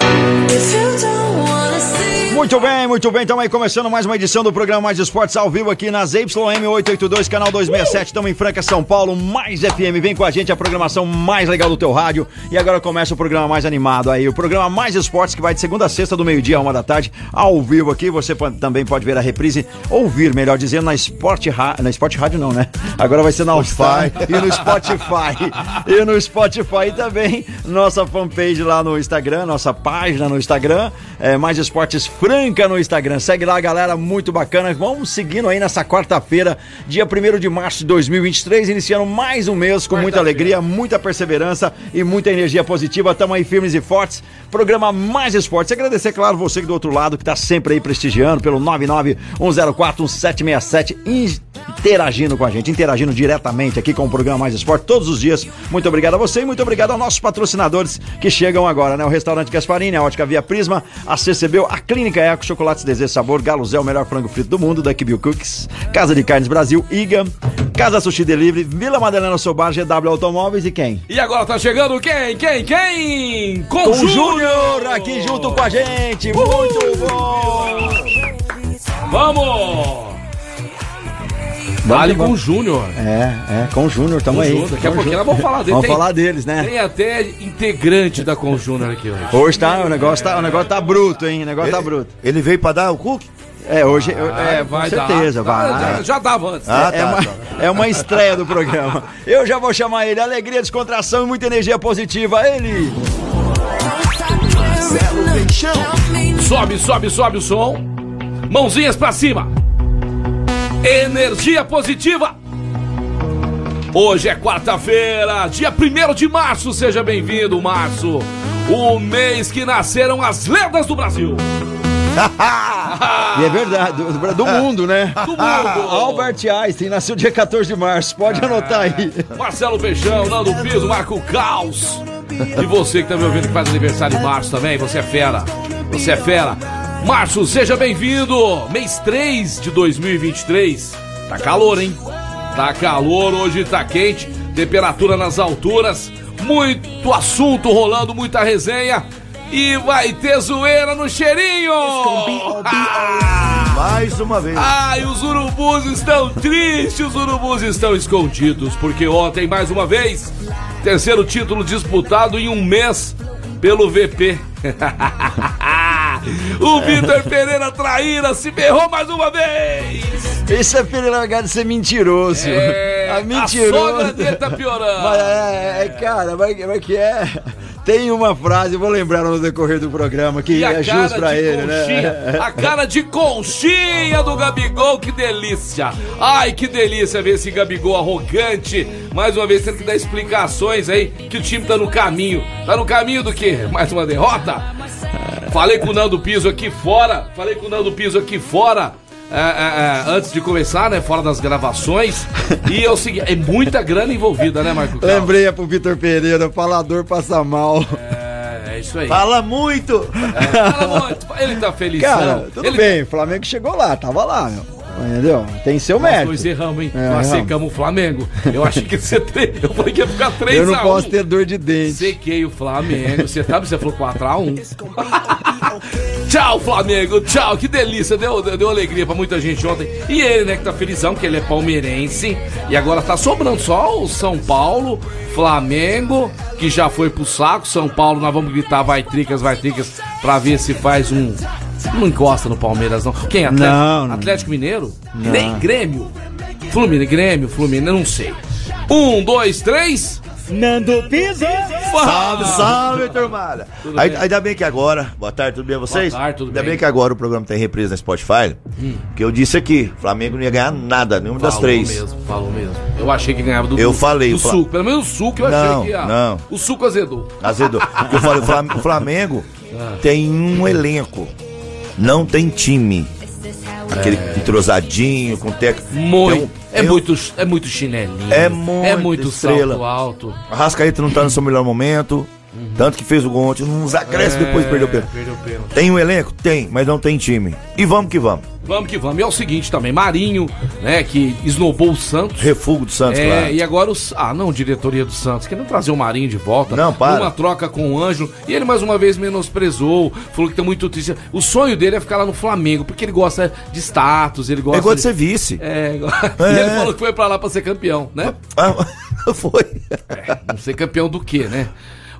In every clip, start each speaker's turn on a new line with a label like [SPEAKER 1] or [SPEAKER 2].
[SPEAKER 1] If you don't wanna see
[SPEAKER 2] Muito bem, muito bem. Estamos aí começando mais uma edição do programa Mais Esportes ao vivo aqui nas YM882, canal 267. Estamos em Franca, São Paulo, mais FM. Vem com a gente a programação mais legal do teu rádio. E agora começa o programa mais animado aí, o programa Mais Esportes, que vai de segunda a sexta, do meio-dia à uma da tarde, ao vivo aqui. Você pode- também pode ver a reprise, ouvir, melhor dizendo, na Sport Rádio. Na Sport Rádio não, né? Agora vai ser na All-Star e no Spotify. e no Spotify também, nossa fanpage lá no Instagram, nossa página no Instagram, é, Mais Esportes Franca no Instagram. Segue lá, galera, muito bacana. Vamos seguindo aí nessa quarta-feira, dia 1 de março de 2023, iniciando mais um mês com muita alegria, muita perseverança e muita energia positiva. Tamo aí firmes e fortes. Programa Mais Esportes. Agradecer, claro, você que do outro lado, que tá sempre aí prestigiando pelo 991041767, interagindo com a gente, interagindo diretamente aqui com o programa Mais Esporte todos os dias. Muito obrigado a você e muito obrigado aos nossos patrocinadores que chegam agora, né? O restaurante Gasparini, a Ótica Via Prisma, a CCBU, a Clínica Eco, Chocolates Desejo Sabor, Galo Zé, o melhor frango frito do mundo, da Kibiu Cooks, Casa de Carnes Brasil, IGA, Casa Sushi Delivery, Vila Madalena Sobar, GW Automóveis e quem?
[SPEAKER 3] E agora tá chegando quem? Quem? Quem? Com,
[SPEAKER 2] O Júnior aqui junto com a gente. Muito bom!
[SPEAKER 3] Vamos! Vale com o Júnior.
[SPEAKER 2] É, é, com o Júnior, tamo aí.
[SPEAKER 3] Júnior, daqui a
[SPEAKER 2] Com o Júnior.
[SPEAKER 3] pouquinho nós vamos falar dele.
[SPEAKER 2] Vamos
[SPEAKER 3] Tem-
[SPEAKER 2] falar deles, né?
[SPEAKER 3] Tem até integrante da Com o Júnior aqui hoje.
[SPEAKER 2] Hoje tá, o negócio tá, o negócio tá bruto, hein? O negócio tá
[SPEAKER 4] Ele-
[SPEAKER 2] bruto.
[SPEAKER 4] Ele veio pra dar o cu?
[SPEAKER 2] É, hoje, é, com certeza,
[SPEAKER 3] Ah, dar.
[SPEAKER 2] vai.
[SPEAKER 3] Já, já dava antes.
[SPEAKER 4] Ah,
[SPEAKER 2] é,
[SPEAKER 4] tá,
[SPEAKER 2] uma,
[SPEAKER 4] tá.
[SPEAKER 2] é uma estreia do programa. Eu já vou chamar ele. Alegria, descontração e muita energia positiva. Ele.
[SPEAKER 3] Sobe, sobe, sobe o som. Mãozinhas pra cima. Energia positiva. Hoje é quarta-feira, dia 1 de março. Seja bem-vindo, março. O mês que nasceram as lendas do Brasil. Ah.
[SPEAKER 2] E é verdade, do, do mundo, né?
[SPEAKER 3] Do mundo.
[SPEAKER 2] Albert Einstein nasceu dia 14 de março. Pode
[SPEAKER 3] Ah.
[SPEAKER 2] anotar aí.
[SPEAKER 3] Marcelo Peixão, Nando Piso, Marco Caos. E você que tá me ouvindo que faz aniversário em março também, você é fera. Você é fera. Março, seja bem-vindo. Mês 3 de 2023. Tá calor, hein? Tá calor, hoje tá quente, temperatura nas alturas, muito assunto rolando, muita resenha. E vai ter zoeira no cheirinho!
[SPEAKER 4] Mais uma vez.
[SPEAKER 2] Ah,
[SPEAKER 3] Ai, os urubus estão tristes, os urubus estão escondidos, porque ontem, mais uma vez, terceiro título disputado em um mês pelo VP. o Vitor Pereira traíra se ferrou mais uma vez!
[SPEAKER 2] Esse é pelo lugar de ser mentiroso.
[SPEAKER 3] É,
[SPEAKER 2] a
[SPEAKER 3] a
[SPEAKER 2] Ah, mentiroso.
[SPEAKER 3] sogra dele tá
[SPEAKER 2] Mas
[SPEAKER 3] piorando.
[SPEAKER 2] é, é, cara, mas, mas que é. Tem uma frase, vou lembrar no decorrer do programa, que
[SPEAKER 3] E a
[SPEAKER 2] é
[SPEAKER 3] cara
[SPEAKER 2] justo pra
[SPEAKER 3] de
[SPEAKER 2] ele,
[SPEAKER 3] conchinha,
[SPEAKER 2] né?
[SPEAKER 3] a cara de conchinha do Gabigol, que delícia! Ai, que delícia ver esse Gabigol arrogante, mais uma vez tendo que dar explicações aí que o time tá no caminho. Tá no caminho do quê? Mais uma derrota? Falei com o Nando Piso aqui fora, falei com o Nando Piso aqui fora. é, é, é, antes de começar, né? Fora das gravações. E é o seguinte, é muita grana envolvida, né, Marco? Carlos?
[SPEAKER 2] Lembrei é pro Vitor Pereira, falador passa mal.
[SPEAKER 3] É, é isso aí.
[SPEAKER 4] Fala muito!
[SPEAKER 3] Fala muito. Ele tá feliz.
[SPEAKER 2] Cara, tudo
[SPEAKER 3] ele
[SPEAKER 2] bem, o Flamengo chegou lá, tava lá, meu. Entendeu? Tem seu
[SPEAKER 3] Nós dois
[SPEAKER 2] mérito.
[SPEAKER 3] erramos, hein?
[SPEAKER 2] É, erramos.
[SPEAKER 3] Nós secamos o Flamengo. Eu achei que você três. um. Eu falei que ia ficar 3x1.
[SPEAKER 2] Eu não posso ter dor de dente.
[SPEAKER 3] Sequei o Flamengo. Você sabe, você falou 4x1. tchau, Flamengo. Tchau. Que delícia. Deu, deu, deu alegria pra muita gente ontem. E ele, né, que tá felizão, que ele é palmeirense. E agora tá sobrando só o São Paulo, Flamengo, que já foi pro saco. São Paulo, nós vamos gritar vai tricas, vai tricas, pra ver se faz um... Não encosta no Palmeiras, não. Quem? Atlético,
[SPEAKER 2] Não, não.
[SPEAKER 3] Atlético Mineiro? Nem Grêmio. Fluminense, Grêmio, Fluminense, eu não sei. Um, dois, três.
[SPEAKER 5] Nando Piso.
[SPEAKER 4] Salve, salve, turmada!
[SPEAKER 3] Ah. Tudo
[SPEAKER 4] Ai-
[SPEAKER 3] bem?
[SPEAKER 4] Ainda bem que agora. Boa tarde, tudo bem a vocês?
[SPEAKER 3] Boa tarde, tudo
[SPEAKER 4] Ainda
[SPEAKER 3] bem. Hum.
[SPEAKER 4] bem. que agora o programa tem reprise na Spotify. Que eu disse aqui: Flamengo não ia ganhar nada, nenhuma das
[SPEAKER 3] Falou
[SPEAKER 4] três.
[SPEAKER 3] mesmo, falou mesmo. Eu achei que ganhava do
[SPEAKER 4] Eu falei,
[SPEAKER 3] do
[SPEAKER 4] o Fla-
[SPEAKER 3] suco. Pelo menos o suco eu achei
[SPEAKER 4] Não,
[SPEAKER 3] que ia.
[SPEAKER 4] não.
[SPEAKER 3] O suco azedou.
[SPEAKER 4] Azedou. Porque eu falei: o Flam- o Flamengo
[SPEAKER 3] Ah.
[SPEAKER 4] tem um elenco, não tem time. Aquele
[SPEAKER 3] É.
[SPEAKER 4] entrosadinho, com técnico.
[SPEAKER 3] Muito.
[SPEAKER 4] Tem um-
[SPEAKER 3] É
[SPEAKER 4] tem um-
[SPEAKER 3] muito, é muito chinelinho.
[SPEAKER 4] É muito
[SPEAKER 3] É muito
[SPEAKER 4] estrela.
[SPEAKER 3] salto alto.
[SPEAKER 4] Arrascaeta não tá no seu melhor momento.
[SPEAKER 3] Uhum.
[SPEAKER 4] Tanto que fez o gol ontem, uns acréscimos depois
[SPEAKER 3] É.
[SPEAKER 4] perdeu o pênalti.
[SPEAKER 3] Perdeu o pênalti.
[SPEAKER 4] Tem um elenco? Tem, mas não tem time. E vamos que vamos.
[SPEAKER 3] Vamos que vamos. E é o seguinte também, Marinho, né, que esnobou o Santos.
[SPEAKER 4] Refúgio do Santos,
[SPEAKER 3] É,
[SPEAKER 4] claro.
[SPEAKER 3] e agora os. Ah, não, diretoria do Santos. Querendo trazer o Marinho de volta.
[SPEAKER 4] Não, para.
[SPEAKER 3] Uma troca com o Anjo. E ele mais uma vez menosprezou. Falou que tá muito triste. O sonho dele é ficar lá no Flamengo, porque ele gosta de status, ele gosta.
[SPEAKER 4] É igual de
[SPEAKER 3] de...
[SPEAKER 4] ser vice.
[SPEAKER 3] É, igual-
[SPEAKER 4] É.
[SPEAKER 3] E ele falou que foi pra lá pra ser campeão, né?
[SPEAKER 4] Ah, foi.
[SPEAKER 3] Não sei campeão do quê, né?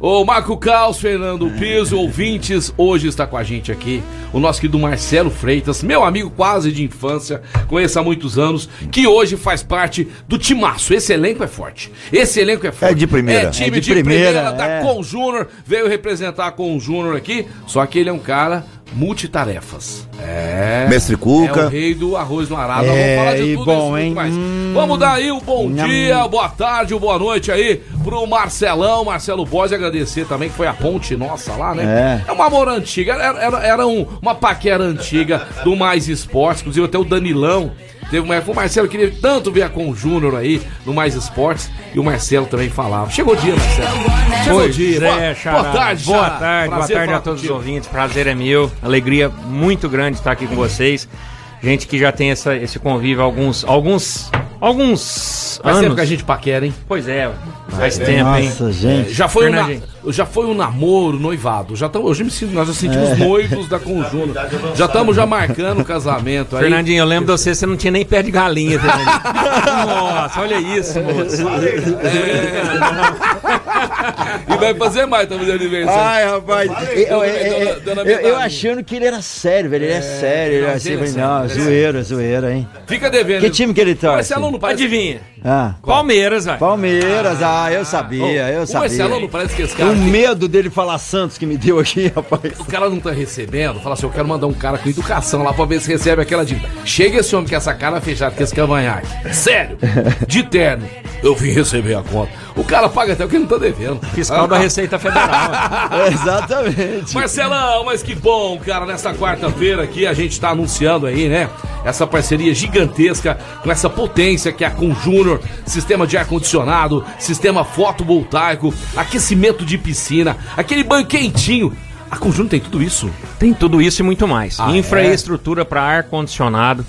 [SPEAKER 3] Ô, Marco Caos, Fernando Piso, ouvintes, hoje está com a gente aqui o nosso querido Marcelo Freitas, meu amigo quase de infância, conheço há muitos anos, que hoje faz parte do timaço. Esse elenco é forte. Esse elenco é forte.
[SPEAKER 4] É de primeira.
[SPEAKER 3] É time
[SPEAKER 2] É
[SPEAKER 3] de,
[SPEAKER 2] de
[SPEAKER 3] primeira,
[SPEAKER 2] primeira,
[SPEAKER 3] da
[SPEAKER 2] é.
[SPEAKER 3] Com Júnior, veio representar a Com Júnior aqui, só que ele é um cara multitarefas. É.
[SPEAKER 4] Mestre
[SPEAKER 3] É o
[SPEAKER 4] Cuca.
[SPEAKER 3] rei do arroz no arado. Nós
[SPEAKER 2] É,
[SPEAKER 3] Vamos falar de
[SPEAKER 2] e
[SPEAKER 3] tudo
[SPEAKER 2] bom,
[SPEAKER 3] isso e muito
[SPEAKER 2] hein? Hum.
[SPEAKER 3] mais. Vamos dar aí o bom dia, boa tarde, boa noite aí pro Marcelão, Marcelo Borges, agradecer também que foi a ponte nossa lá, né? É, uma amor antiga, era, era, era um- uma paquera antiga do Mais Esportes, inclusive até o Danilão. Teve uma época, o Marcelo queria tanto ver a com o Júnior aí no Mais Esportes e o Marcelo também falava. Chegou o dia, Marcelo. Chegou o
[SPEAKER 5] Pois
[SPEAKER 3] dia.
[SPEAKER 5] é,
[SPEAKER 3] Boa, boa
[SPEAKER 5] Xará.
[SPEAKER 3] tarde,
[SPEAKER 5] Boa
[SPEAKER 3] Xará.
[SPEAKER 5] tarde, boa
[SPEAKER 3] Prazer
[SPEAKER 5] tarde
[SPEAKER 3] falar
[SPEAKER 5] a todos os
[SPEAKER 3] contigo.
[SPEAKER 5] ouvintes. Prazer é meu. Alegria muito grande estar aqui com vocês. Gente que já tem essa, esse convívio há alguns. alguns. alguns
[SPEAKER 3] Faz
[SPEAKER 5] anos.
[SPEAKER 3] tempo que a gente paquera, hein?
[SPEAKER 5] Pois é, faz tempo, hein?
[SPEAKER 2] gente.
[SPEAKER 3] Já foi, um na-
[SPEAKER 5] Fernandinho.
[SPEAKER 3] já foi um namoro, noivado. Já tamo, hoje me sinto, nós já sentimos
[SPEAKER 2] É.
[SPEAKER 3] noivos da conjunta. Já estamos já marcando o casamento. Aí,
[SPEAKER 5] Fernandinho, eu lembro de você, você não tinha nem pé de galinha, Fernandinho. Nossa, olha isso, moço.
[SPEAKER 3] É. E vai fazer mais também de aniversário.
[SPEAKER 2] Ai, rapaz. Eu, eu, eu,
[SPEAKER 3] Dona-
[SPEAKER 2] eu- eu
[SPEAKER 3] Dona-
[SPEAKER 2] achando que ele era sério, velho. Ele é, sério. Ele
[SPEAKER 3] não,
[SPEAKER 2] é assim,
[SPEAKER 3] ele é é
[SPEAKER 2] falei, não,
[SPEAKER 3] sério.
[SPEAKER 2] zoeira, zoeira, hein?
[SPEAKER 3] Fica devendo.
[SPEAKER 2] Que time é que ele
[SPEAKER 3] O
[SPEAKER 2] torce?
[SPEAKER 3] Marcelão não parece.
[SPEAKER 5] Adivinha?
[SPEAKER 2] Ah,
[SPEAKER 5] Palmeiras, vai.
[SPEAKER 2] Palmeiras, ah, eu sabia, eu
[SPEAKER 3] O Marcelão não
[SPEAKER 2] sabia. Um
[SPEAKER 3] parece que esse cara.
[SPEAKER 2] O
[SPEAKER 3] tem-
[SPEAKER 2] medo dele falar Santos que me deu aqui, rapaz.
[SPEAKER 3] O cara não tá recebendo, fala assim: eu quero mandar um cara com educação lá pra ver se recebe aquela dívida. Chega esse homem com essa cara fechada, com esse cavanhaque. Sério, de terno. Eu vim receber a conta. O cara paga até o que ele não tá devendo.
[SPEAKER 5] Fiscal da Receita Federal.
[SPEAKER 2] É, Exatamente.
[SPEAKER 3] Marcelão, mas que bom, cara, nessa quarta-feira aqui a gente tá anunciando aí, né? Essa parceria gigantesca com essa potência que é a Com Júnior, sistema de ar-condicionado, sistema fotovoltaico, aquecimento de piscina, aquele banho quentinho. A Com Júnior tem tudo isso.
[SPEAKER 5] Tem tudo isso e muito mais.
[SPEAKER 3] Ah,
[SPEAKER 5] Infraestrutura para ar-condicionado.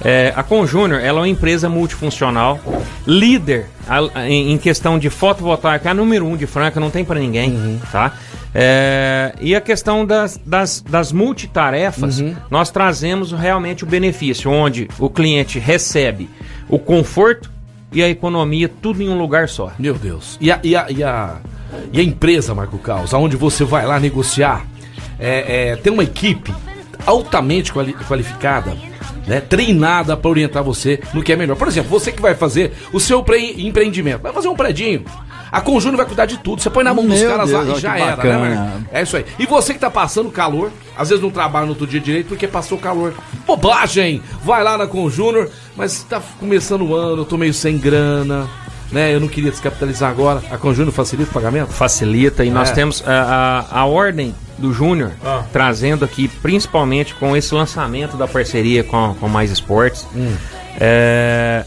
[SPEAKER 5] É, a Conjúnior ela é uma empresa multifuncional, líder a- em, em questão de fotovoltaica, é a número um de Franca, não tem para ninguém, tá? É, e a questão das, das, das multitarefas, nós trazemos realmente o benefício, onde o cliente recebe o conforto e a economia tudo em um lugar só.
[SPEAKER 3] Meu Deus. E a, e a, e a, e a empresa, Marco Caos, aonde você vai lá negociar, é, é, tem uma equipe altamente quali- qualificada, né, treinada para orientar você no que é melhor. Por exemplo, você que vai fazer o seu pre- empreendimento, vai fazer um predinho. A Conjúnio vai cuidar de tudo. Você põe na mão dos
[SPEAKER 2] Meu
[SPEAKER 3] caras
[SPEAKER 2] Deus,
[SPEAKER 3] lá
[SPEAKER 2] olha
[SPEAKER 3] e já
[SPEAKER 2] que
[SPEAKER 3] era, né,
[SPEAKER 2] bacana.
[SPEAKER 3] Marco? É isso aí. E você que tá passando calor, às vezes não trabalha no outro dia direito porque passou calor. Bobagem! Vai lá na Conjúnior, mas tá começando o ano, eu tô meio sem grana, né? Eu não queria descapitalizar agora. A Conjúnior facilita o pagamento?
[SPEAKER 5] facilita e nós
[SPEAKER 3] É. Ah.
[SPEAKER 5] temos a, a, a ordem do Júnior trazendo aqui, principalmente com esse lançamento da parceria com, com Mais Esportes,
[SPEAKER 3] Hum.
[SPEAKER 5] é,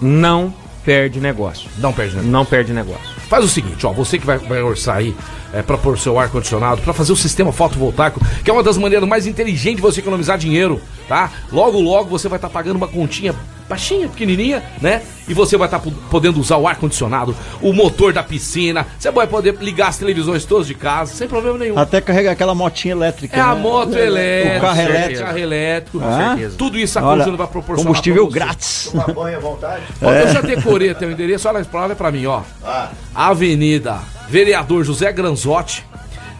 [SPEAKER 5] não perde negócio.
[SPEAKER 3] Não um perde né? nada.
[SPEAKER 5] Não perde negócio.
[SPEAKER 3] Faz o seguinte, ó, você que vai, vai orçar aí é, para pôr seu ar-condicionado, para fazer o sistema fotovoltaico, que é uma das maneiras mais inteligentes de você economizar dinheiro, tá? Logo, logo você vai estar pagando uma continha baixinha, pequenininha, né? E você vai estar podendo usar o ar-condicionado, o motor da piscina, você vai poder ligar as televisões todas de casa, sem problema nenhum.
[SPEAKER 2] Até carregar aquela motinha elétrica.
[SPEAKER 3] É a
[SPEAKER 2] né?
[SPEAKER 3] moto elétrica,
[SPEAKER 2] O carro
[SPEAKER 3] o
[SPEAKER 2] elétrico.
[SPEAKER 3] carro elétrico, com
[SPEAKER 2] Ah?
[SPEAKER 3] certeza. Tudo isso a
[SPEAKER 2] Olha,
[SPEAKER 3] Conjunto vai proporcionar.
[SPEAKER 2] combustível
[SPEAKER 3] pra você. Hum,
[SPEAKER 2] grátis.
[SPEAKER 3] Ó, Eu já decorei até o endereço, olha a palavra é pra mim, ó. Avenida Vereador José Granzotti,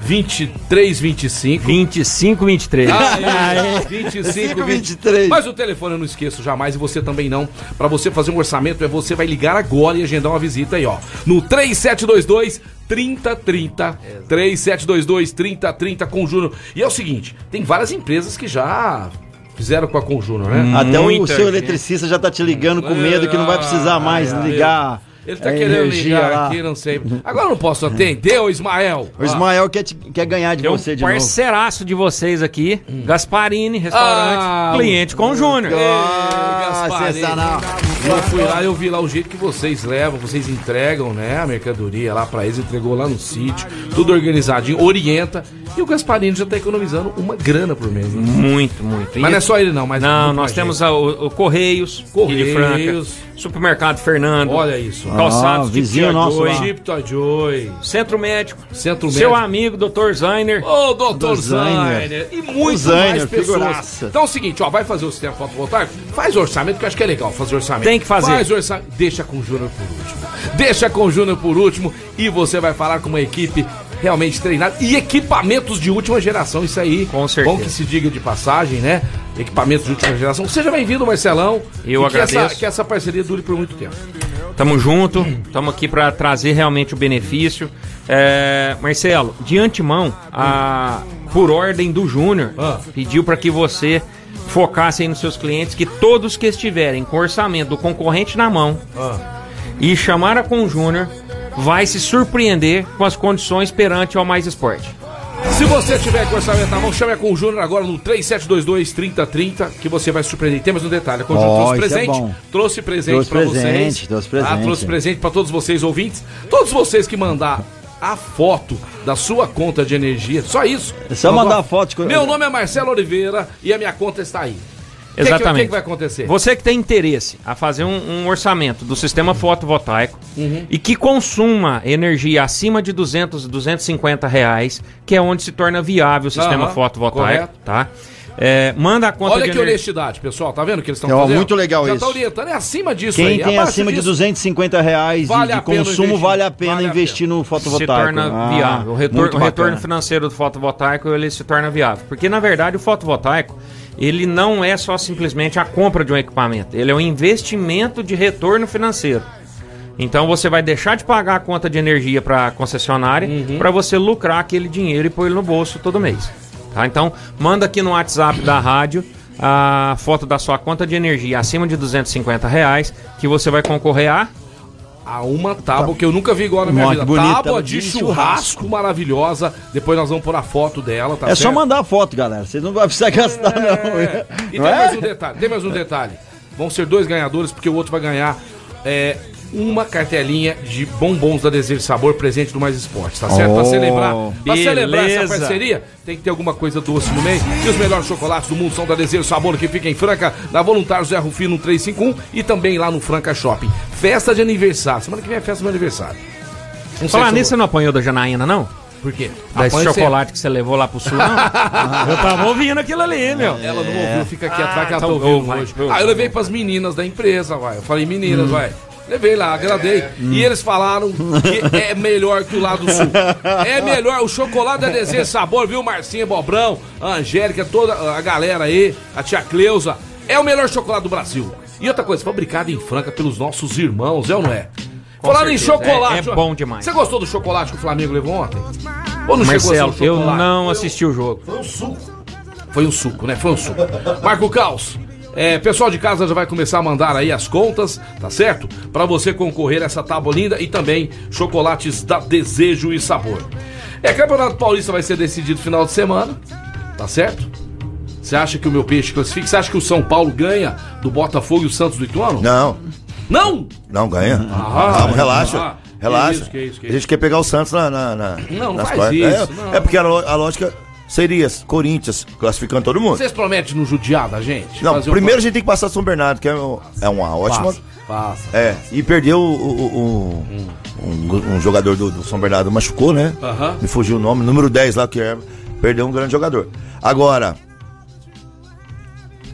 [SPEAKER 3] 2325.
[SPEAKER 5] 25, 23.
[SPEAKER 3] Aê, 25, 23.
[SPEAKER 2] 23.
[SPEAKER 3] Mas o telefone eu não esqueço jamais e você também não. Pra você fazer um orçamento, é você vai ligar agora e agendar uma visita aí, ó. No 3722 3030. 3722 3030 com o Júnior. E é o seguinte, tem várias empresas que já fizeram com a Conjúnior, né?
[SPEAKER 2] Até o
[SPEAKER 5] Muita
[SPEAKER 2] seu
[SPEAKER 5] gente.
[SPEAKER 2] eletricista já tá te ligando com medo que não vai precisar mais
[SPEAKER 3] Ah,
[SPEAKER 2] ligar.
[SPEAKER 3] Ele tá
[SPEAKER 2] É
[SPEAKER 3] querendo
[SPEAKER 2] energia
[SPEAKER 3] ligar
[SPEAKER 2] lá.
[SPEAKER 3] aqui, né? não sei. Agora eu não posso atender, ô Ismael.
[SPEAKER 2] O Ismael quer, te- quer ganhar de
[SPEAKER 5] Tem um
[SPEAKER 2] você de novo.
[SPEAKER 5] parceiraço de vocês aqui, Gasparini, restaurante,
[SPEAKER 3] Hum. Ah,
[SPEAKER 5] cliente com o Júnior.
[SPEAKER 2] Ah,
[SPEAKER 3] Gasparini.
[SPEAKER 2] sensacional.
[SPEAKER 3] Eu fui lá e eu vi lá o jeito que vocês levam, vocês entregam, né, a mercadoria lá pra eles, entregou lá no sítio, tudo organizadinho, orienta. E o Gasparini já tá economizando uma grana por mês, né?
[SPEAKER 5] Muito, muito. E-
[SPEAKER 3] Mas não é só ele não, mas...
[SPEAKER 5] Hum. Não,
[SPEAKER 3] muito
[SPEAKER 5] nós
[SPEAKER 3] mais
[SPEAKER 5] temos
[SPEAKER 3] gente.
[SPEAKER 5] a- o, o Correios, Correios, de
[SPEAKER 3] Correios.
[SPEAKER 5] Franca, Supermercado Fernando,
[SPEAKER 3] Olha isso.
[SPEAKER 5] Calçados,
[SPEAKER 2] Ah, vizinho
[SPEAKER 5] Tito
[SPEAKER 2] nosso
[SPEAKER 5] Ardois,
[SPEAKER 2] lá.
[SPEAKER 3] Chip Toy Joy,
[SPEAKER 5] Centro Médico,
[SPEAKER 3] Centro
[SPEAKER 5] seu
[SPEAKER 3] Médico.
[SPEAKER 5] amigo, Dr. Zainer.
[SPEAKER 3] Ô, doutor
[SPEAKER 2] Zainer.
[SPEAKER 3] Zainer. E muitas
[SPEAKER 2] Zainer,
[SPEAKER 3] mais pessoas.
[SPEAKER 2] figuraça.
[SPEAKER 3] Então é o seguinte, ó, vai fazer o sistema fotovoltaico? Faz orçamento, que eu acho que é legal fazer orçamento.
[SPEAKER 5] Tem que fazer.
[SPEAKER 3] Faz orçamento. Deixa com o Júnior por último. Deixa com o Júnior por último e você vai falar com uma equipe realmente treinada e equipamentos de última geração, isso aí.
[SPEAKER 5] Com certeza.
[SPEAKER 3] Bom que se diga de passagem, né? Equipamentos de última geração. Seja bem-vindo, Marcelão.
[SPEAKER 5] Eu
[SPEAKER 3] e que essa-
[SPEAKER 5] agradeço.
[SPEAKER 3] que essa parceria dure por muito tempo.
[SPEAKER 5] Tamo junto, tamo aqui pra trazer realmente o benefício. É, Marcelo, de antemão, a, por ordem do Júnior,
[SPEAKER 3] Ah.
[SPEAKER 5] pediu pra que você focasse aí nos seus clientes que todos que estiverem com orçamento do concorrente na mão
[SPEAKER 3] Ah.
[SPEAKER 5] e chamar a com o Júnior vai se surpreender com as condições perante ao Mais Esporte.
[SPEAKER 3] Se você tiver com orçamento na mão, chame a com o Júnior agora no 3722-3030, que você vai se surpreender. Temos um detalhe, a Conjúnior
[SPEAKER 2] Ó,
[SPEAKER 3] trouxe,
[SPEAKER 2] isso é
[SPEAKER 3] presente,
[SPEAKER 2] bom.
[SPEAKER 3] trouxe presente
[SPEAKER 2] Trouxe
[SPEAKER 3] pra
[SPEAKER 2] presente,
[SPEAKER 3] vocês.
[SPEAKER 2] trouxe
[SPEAKER 3] Ah,
[SPEAKER 2] presente.
[SPEAKER 3] trouxe presente pra todos vocês ouvintes. Todos vocês que mandar a foto da sua conta de energia, só isso. Tá
[SPEAKER 2] É só mandar a foto.
[SPEAKER 3] Meu nome é Marcelo Oliveira e a minha conta está aí. O que que- O que,
[SPEAKER 5] Exatamente.
[SPEAKER 3] que vai acontecer?
[SPEAKER 5] Você que tem interesse a fazer um, um orçamento do sistema fotovoltaico
[SPEAKER 3] Uhum.
[SPEAKER 5] e que consuma energia acima de 200, 250 reais, que é onde se torna viável o sistema
[SPEAKER 3] Aham,
[SPEAKER 5] fotovoltaico,
[SPEAKER 3] correto.
[SPEAKER 5] tá? É, manda a conta
[SPEAKER 3] Olha
[SPEAKER 5] de
[SPEAKER 3] que
[SPEAKER 5] energia.
[SPEAKER 3] honestidade, pessoal. Tá vendo o que eles estão
[SPEAKER 2] Então, ó,
[SPEAKER 3] fazendo?
[SPEAKER 2] muito legal
[SPEAKER 3] Já
[SPEAKER 2] isso.
[SPEAKER 3] tá orientando. É acima disso aí.
[SPEAKER 2] Quem tem
[SPEAKER 3] abaixo
[SPEAKER 2] acima de
[SPEAKER 3] disso.
[SPEAKER 2] 250 reais de-
[SPEAKER 3] Vale
[SPEAKER 2] de,
[SPEAKER 3] a pena
[SPEAKER 2] consumo,
[SPEAKER 3] investir.
[SPEAKER 2] vale a pena
[SPEAKER 3] Vale a
[SPEAKER 2] investir no
[SPEAKER 5] se
[SPEAKER 2] fotovoltaico.
[SPEAKER 5] torna
[SPEAKER 2] Ah,
[SPEAKER 5] viável. O
[SPEAKER 2] muito
[SPEAKER 5] retorno, o retorno
[SPEAKER 2] bacana.
[SPEAKER 5] financeiro do fotovoltaico ele se torna viável. Porque, na verdade, o fotovoltaico ele não é só simplesmente a compra de um equipamento. Ele é um investimento de retorno financeiro. Então você vai deixar de pagar a conta de energia para a concessionária para você lucrar aquele dinheiro e pôr ele no bolso todo mês. Tá? Então manda aqui no WhatsApp da rádio a foto da sua conta de energia acima de 250 reais que você vai concorrer a
[SPEAKER 3] a uma tábua que eu nunca vi igual na minha
[SPEAKER 2] Nossa,
[SPEAKER 3] vida.
[SPEAKER 2] Tá. que bonita.
[SPEAKER 3] tábua de,
[SPEAKER 2] um
[SPEAKER 3] churrasco maravilhosa. Depois nós vamos pôr a foto dela, tá
[SPEAKER 2] É só
[SPEAKER 3] certo?
[SPEAKER 2] mandar a foto, galera. Vocês não vão precisar gastar,
[SPEAKER 3] É.
[SPEAKER 2] não.
[SPEAKER 3] E tem
[SPEAKER 2] Não é?
[SPEAKER 3] mais um detalhe, tem mais um detalhe. Vão ser dois ganhadores, porque o outro vai ganhar é, uma cartelinha de bombons da Desejo Sabor presente do Mais Esportes, tá certo? pra
[SPEAKER 2] Oh,
[SPEAKER 3] celebrar, pra celebrar essa
[SPEAKER 5] beleza.
[SPEAKER 3] parceria, tem que ter alguma coisa doce no meio. E os melhores chocolates do mundo são da Desejo Sabor, que fica em Franca, na Voluntários Zé Rufino 351 e também lá no Franca Shopping. Festa de aniversário. Semana que vem é festa do meu aniversário. Não sei se
[SPEAKER 5] Falar
[SPEAKER 3] eu
[SPEAKER 5] nisso, você não apanhou da Janaína, não?
[SPEAKER 3] vou- Por quê?
[SPEAKER 2] Ah,
[SPEAKER 3] Apanha
[SPEAKER 5] Da esse chocolate que você levou lá pro sul, não? eu tava ouvindo aquilo ali, meu.
[SPEAKER 2] É.
[SPEAKER 3] sempre. Ela não ouviu, fica quieto, vai que ela tá
[SPEAKER 5] então
[SPEAKER 3] ouvindo
[SPEAKER 5] vai, Hum.
[SPEAKER 3] hoje.
[SPEAKER 5] vai.
[SPEAKER 3] Ah, eu levei pras meninas da empresa, vai. Eu falei, meninas, vai. Levei lá, agradei.
[SPEAKER 5] Hum.
[SPEAKER 3] E eles falaram que é melhor que o lado sul. É melhor, o chocolate é desejo sabor, viu, Marcinha Bobrão, a Angélica, toda a galera aí, a tia Cleusa. É o melhor chocolate do Brasil. E outra coisa, fabricado em Franca pelos nossos irmãos, é ou não é? Falando em
[SPEAKER 5] certeza,
[SPEAKER 3] chocolate.
[SPEAKER 5] é- é bom demais.
[SPEAKER 3] Você gostou do chocolate que o Flamengo levou ontem? Ou
[SPEAKER 2] assim
[SPEAKER 3] não chegou a
[SPEAKER 5] Marcelo,
[SPEAKER 3] ser um
[SPEAKER 5] eu
[SPEAKER 3] chocolate?
[SPEAKER 5] não assisti o jogo.
[SPEAKER 3] Foi um suco. Foi um suco, né? Foi um suco. Marco Caos. É, pessoal de casa já vai começar a mandar aí as contas, tá certo? Pra você concorrer a essa tábua linda e também chocolates da Desejo e Sabor. É, Campeonato Paulista vai ser decidido final de semana, tá certo? Você acha que o meu peixe classifica? Você acha que o São Paulo ganha do Botafogo e o Santos do Ituano?
[SPEAKER 4] Não,
[SPEAKER 3] Não!
[SPEAKER 4] não ganha.
[SPEAKER 3] Ah,
[SPEAKER 4] Calma, relaxa.
[SPEAKER 3] ah, que
[SPEAKER 4] relaxa.
[SPEAKER 3] isso, que isso, que
[SPEAKER 4] A gente quer pegar o Santos na, na, na-
[SPEAKER 3] não
[SPEAKER 4] nas
[SPEAKER 3] faz
[SPEAKER 4] quartas.
[SPEAKER 3] isso,
[SPEAKER 4] É,
[SPEAKER 3] não.
[SPEAKER 4] é porque a, lo- a lógica seria Corinthians classificando todo mundo.
[SPEAKER 3] Vocês prometem não judiar da gente?
[SPEAKER 4] Não,
[SPEAKER 3] Fazer um-
[SPEAKER 4] primeiro a gente tem que passar São Bernardo, que é, um- é uma ótima.
[SPEAKER 3] Passa, passa.
[SPEAKER 4] É, e perdeu o, o- o-
[SPEAKER 3] Hum.
[SPEAKER 4] um, um jogador do, do São Bernardo, machucou, né?
[SPEAKER 3] Aham.
[SPEAKER 4] Me fugiu o nome, número 10 lá, que é, perdeu um grande jogador. Agora,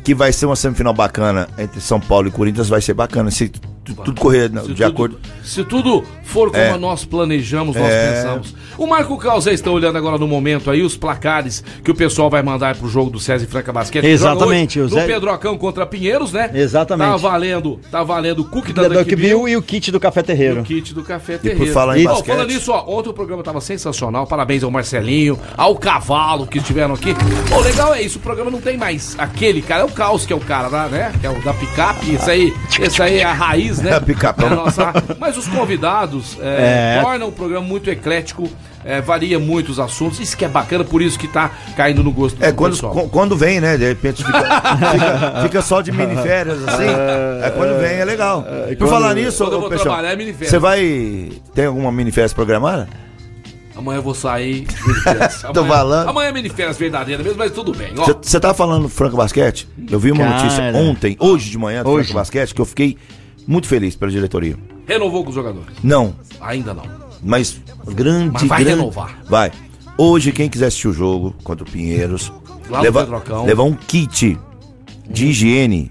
[SPEAKER 4] que vai ser uma semifinal bacana entre São Paulo e Corinthians, vai ser bacana, se tu- tudo correr né, de
[SPEAKER 3] tudo-
[SPEAKER 4] acordo.
[SPEAKER 3] Se tudo for como
[SPEAKER 4] É.
[SPEAKER 3] nós planejamos, nós
[SPEAKER 4] É.
[SPEAKER 3] pensamos. O Marco Calzé está olhando agora no momento aí os placares que o pessoal vai mandar pro jogo do César e Franca Basquete. que joga
[SPEAKER 2] Exatamente,
[SPEAKER 3] hoje
[SPEAKER 2] o Zé-
[SPEAKER 3] No Pedrocão contra Pinheiros, né?
[SPEAKER 2] Exatamente.
[SPEAKER 3] Tá valendo, tá valendo o cookie da,
[SPEAKER 2] Da
[SPEAKER 3] Duck
[SPEAKER 2] Duck
[SPEAKER 3] Bill
[SPEAKER 2] Bill e o kit do Café
[SPEAKER 3] o
[SPEAKER 2] Terreiro.
[SPEAKER 3] kit do Café Terreiro.
[SPEAKER 4] por falar em
[SPEAKER 3] Ó,
[SPEAKER 4] basquete-
[SPEAKER 3] falando nisso, ó, ontem o programa tava sensacional. Parabéns ao Marcelinho, ao Cavalo que estiveram aqui. O legal é isso, o programa não tem mais aquele cara, é o Caos que é o cara lá, né? Que é o da picape, esse aí, esse aí é a raiz, né?
[SPEAKER 4] É, picapão.
[SPEAKER 3] É a nossa- Mas os convidados é, tornam o programa muito eclético, é, varia muito os assuntos. Isso que é bacana, por isso que tá caindo no gosto
[SPEAKER 4] É,
[SPEAKER 3] do
[SPEAKER 4] quando,
[SPEAKER 3] pessoal.
[SPEAKER 4] qu- quando vem, né? De repente fica, fica, fica só de miniférias, assim. É quando vem, é legal. Por
[SPEAKER 2] quando-
[SPEAKER 4] falar nisso,
[SPEAKER 3] Quando eu
[SPEAKER 4] ô,
[SPEAKER 3] vou
[SPEAKER 4] Peixão,
[SPEAKER 3] trabalhar, é miniférias.
[SPEAKER 4] Você vai. Tem alguma miniférias programada?
[SPEAKER 3] Amanhã eu vou sair. de férias.
[SPEAKER 4] Tô
[SPEAKER 3] Amanhã-
[SPEAKER 4] falando.
[SPEAKER 3] Amanhã é miniférias verdadeira mesmo, mas tudo bem. Ó,
[SPEAKER 4] Você tá falando Franco Basquete? Eu vi uma
[SPEAKER 2] Cara.
[SPEAKER 4] notícia ontem, hoje de manhã, do
[SPEAKER 2] Hoje.
[SPEAKER 4] Franco Basquete, que eu fiquei muito feliz pela diretoria.
[SPEAKER 3] renovou com os jogadores.
[SPEAKER 4] Não,
[SPEAKER 3] Ainda não.
[SPEAKER 4] mas grande.
[SPEAKER 3] Mas vai
[SPEAKER 4] grande-
[SPEAKER 3] renovar.
[SPEAKER 4] Vai. Hoje, quem quiser assistir o jogo contra o Pinheiros,
[SPEAKER 3] Lá no
[SPEAKER 4] leva,
[SPEAKER 3] Pedrocão.
[SPEAKER 4] levar um kit de higiene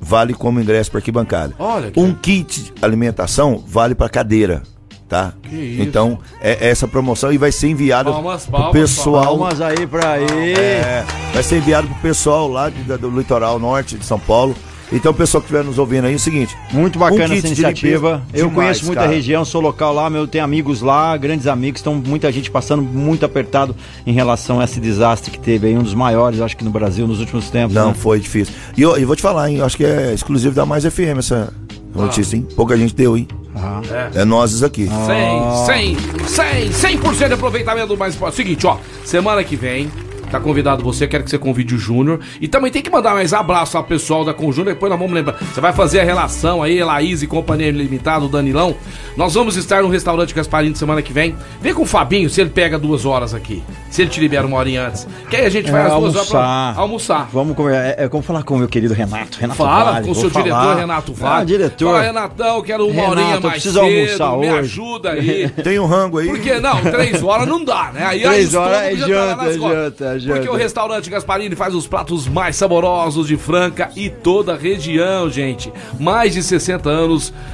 [SPEAKER 4] vale como ingresso para arquibancada.
[SPEAKER 3] Olha que-
[SPEAKER 4] um kit de alimentação vale para cadeira. Tá?
[SPEAKER 3] isso.
[SPEAKER 4] Então, é é essa promoção e vai ser enviada
[SPEAKER 3] Palmas,
[SPEAKER 4] pro
[SPEAKER 3] palmas,
[SPEAKER 4] pessoal.
[SPEAKER 2] Palmas aí pra aí.
[SPEAKER 4] É, vai ser enviado pro pessoal lá de- da- do litoral norte de São Paulo. Então, o pessoal que estiver nos ouvindo aí, é o seguinte:
[SPEAKER 2] Muito
[SPEAKER 4] um
[SPEAKER 2] bacana
[SPEAKER 4] kit
[SPEAKER 2] essa
[SPEAKER 4] de
[SPEAKER 2] iniciativa.
[SPEAKER 4] limpeza.
[SPEAKER 2] Eu
[SPEAKER 4] Demais,
[SPEAKER 2] conheço muita
[SPEAKER 4] cara.
[SPEAKER 2] região, sou local lá, meu, tenho amigos lá, grandes amigos, estão muita gente passando muito apertado em relação a esse desastre que teve aí, um dos maiores, acho que no Brasil, nos últimos tempos.
[SPEAKER 4] Não,
[SPEAKER 2] né?
[SPEAKER 4] foi difícil. E eu, eu vou te falar, hein? Eu acho que é exclusivo da Mais FM essa notícia, hein? Pouca gente deu, hein? É nós aqui.
[SPEAKER 3] 100, 100, 100, 100% de aproveitamento do mais esporte. Seguinte, ó, semana que vem. Tá convidado você, quero que você convide o Júnior. E também tem que mandar mais abraço ao pessoal da Conjúnior, depois nós vamos lembrar. Você vai fazer a relação aí, Laís e Companhia Limitada, o Danilão. Nós vamos estar no restaurante Gasparino semana que vem. Vê com o Fabinho se ele pega duas horas aqui. Se ele te libera uma horinha antes. Que aí a gente vai
[SPEAKER 2] É,
[SPEAKER 3] às duas horas
[SPEAKER 2] almoçar.
[SPEAKER 3] pra almoçar.
[SPEAKER 2] Vamos conversar. É, é, como falar com o meu querido Renato. Renato
[SPEAKER 3] Fala
[SPEAKER 2] Vale,
[SPEAKER 3] com o
[SPEAKER 2] vou
[SPEAKER 3] seu diretor,
[SPEAKER 2] falar.
[SPEAKER 3] Renato Vale.
[SPEAKER 2] Ah, diretor.
[SPEAKER 3] Fala, Renatão, quero uma
[SPEAKER 2] Renato,
[SPEAKER 3] horinha
[SPEAKER 2] eu
[SPEAKER 3] mais
[SPEAKER 2] preciso
[SPEAKER 3] cedo.
[SPEAKER 2] almoçar
[SPEAKER 3] me
[SPEAKER 2] hoje.
[SPEAKER 3] ajuda aí.
[SPEAKER 4] Tem um rango aí.
[SPEAKER 3] Porque não, três horas não dá, né? Aí,
[SPEAKER 2] Três
[SPEAKER 3] aí o
[SPEAKER 2] horas é
[SPEAKER 3] estômago já
[SPEAKER 2] janta,
[SPEAKER 3] nas
[SPEAKER 2] é
[SPEAKER 3] costas.
[SPEAKER 2] janta, é
[SPEAKER 3] Porque
[SPEAKER 2] janta.
[SPEAKER 3] o restaurante Gasparini faz os pratos mais saborosos de Franca e toda a região, gente. Mais de 60 anos.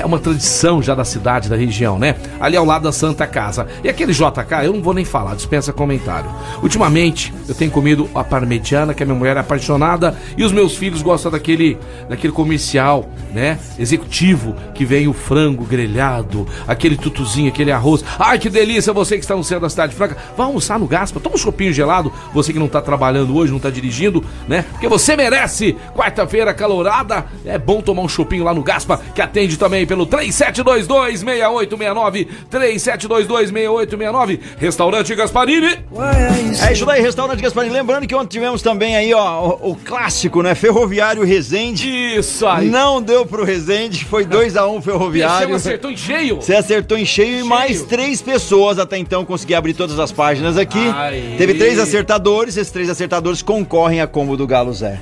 [SPEAKER 3] É uma tradição já da cidade, da região, né? Ali ao lado da Santa Casa. E aquele JK, eu não vou nem falar, dispensa comentário. Ultimamente, eu tenho comido a parmegiana, que a minha mulher é apaixonada, e os meus filhos gostam daquele, daquele comercial, né? Executivo, que vem o frango grelhado, aquele tutuzinho, aquele arroz. Ai, que delícia, você que está no centro da cidade franca. Vá almoçar no Gaspa, toma um chopinho gelado, você que não está trabalhando hoje, não está dirigindo, né? Porque você merece. Quarta-feira calorada, é bom tomar um chopinho lá no Gaspa, que atende também pelo 3722-6869, 3722-6869, Restaurante Gasparini.
[SPEAKER 2] É isso daí, restaurante Gasparini. Lembrando que ontem tivemos também aí, ó, o, o clássico, né? Ferroviário Resende.
[SPEAKER 3] Isso aí.
[SPEAKER 2] Não deu pro Resende, foi 2x1
[SPEAKER 3] Você
[SPEAKER 2] Ferroviário.
[SPEAKER 3] acertou em cheio.
[SPEAKER 2] Você acertou em cheio, e
[SPEAKER 3] Cheio.
[SPEAKER 2] mais três pessoas até então consegui abrir todas as páginas aqui.
[SPEAKER 3] Aí.
[SPEAKER 2] Teve três acertadores, esses três acertadores concorrem a combo do Galo Zé.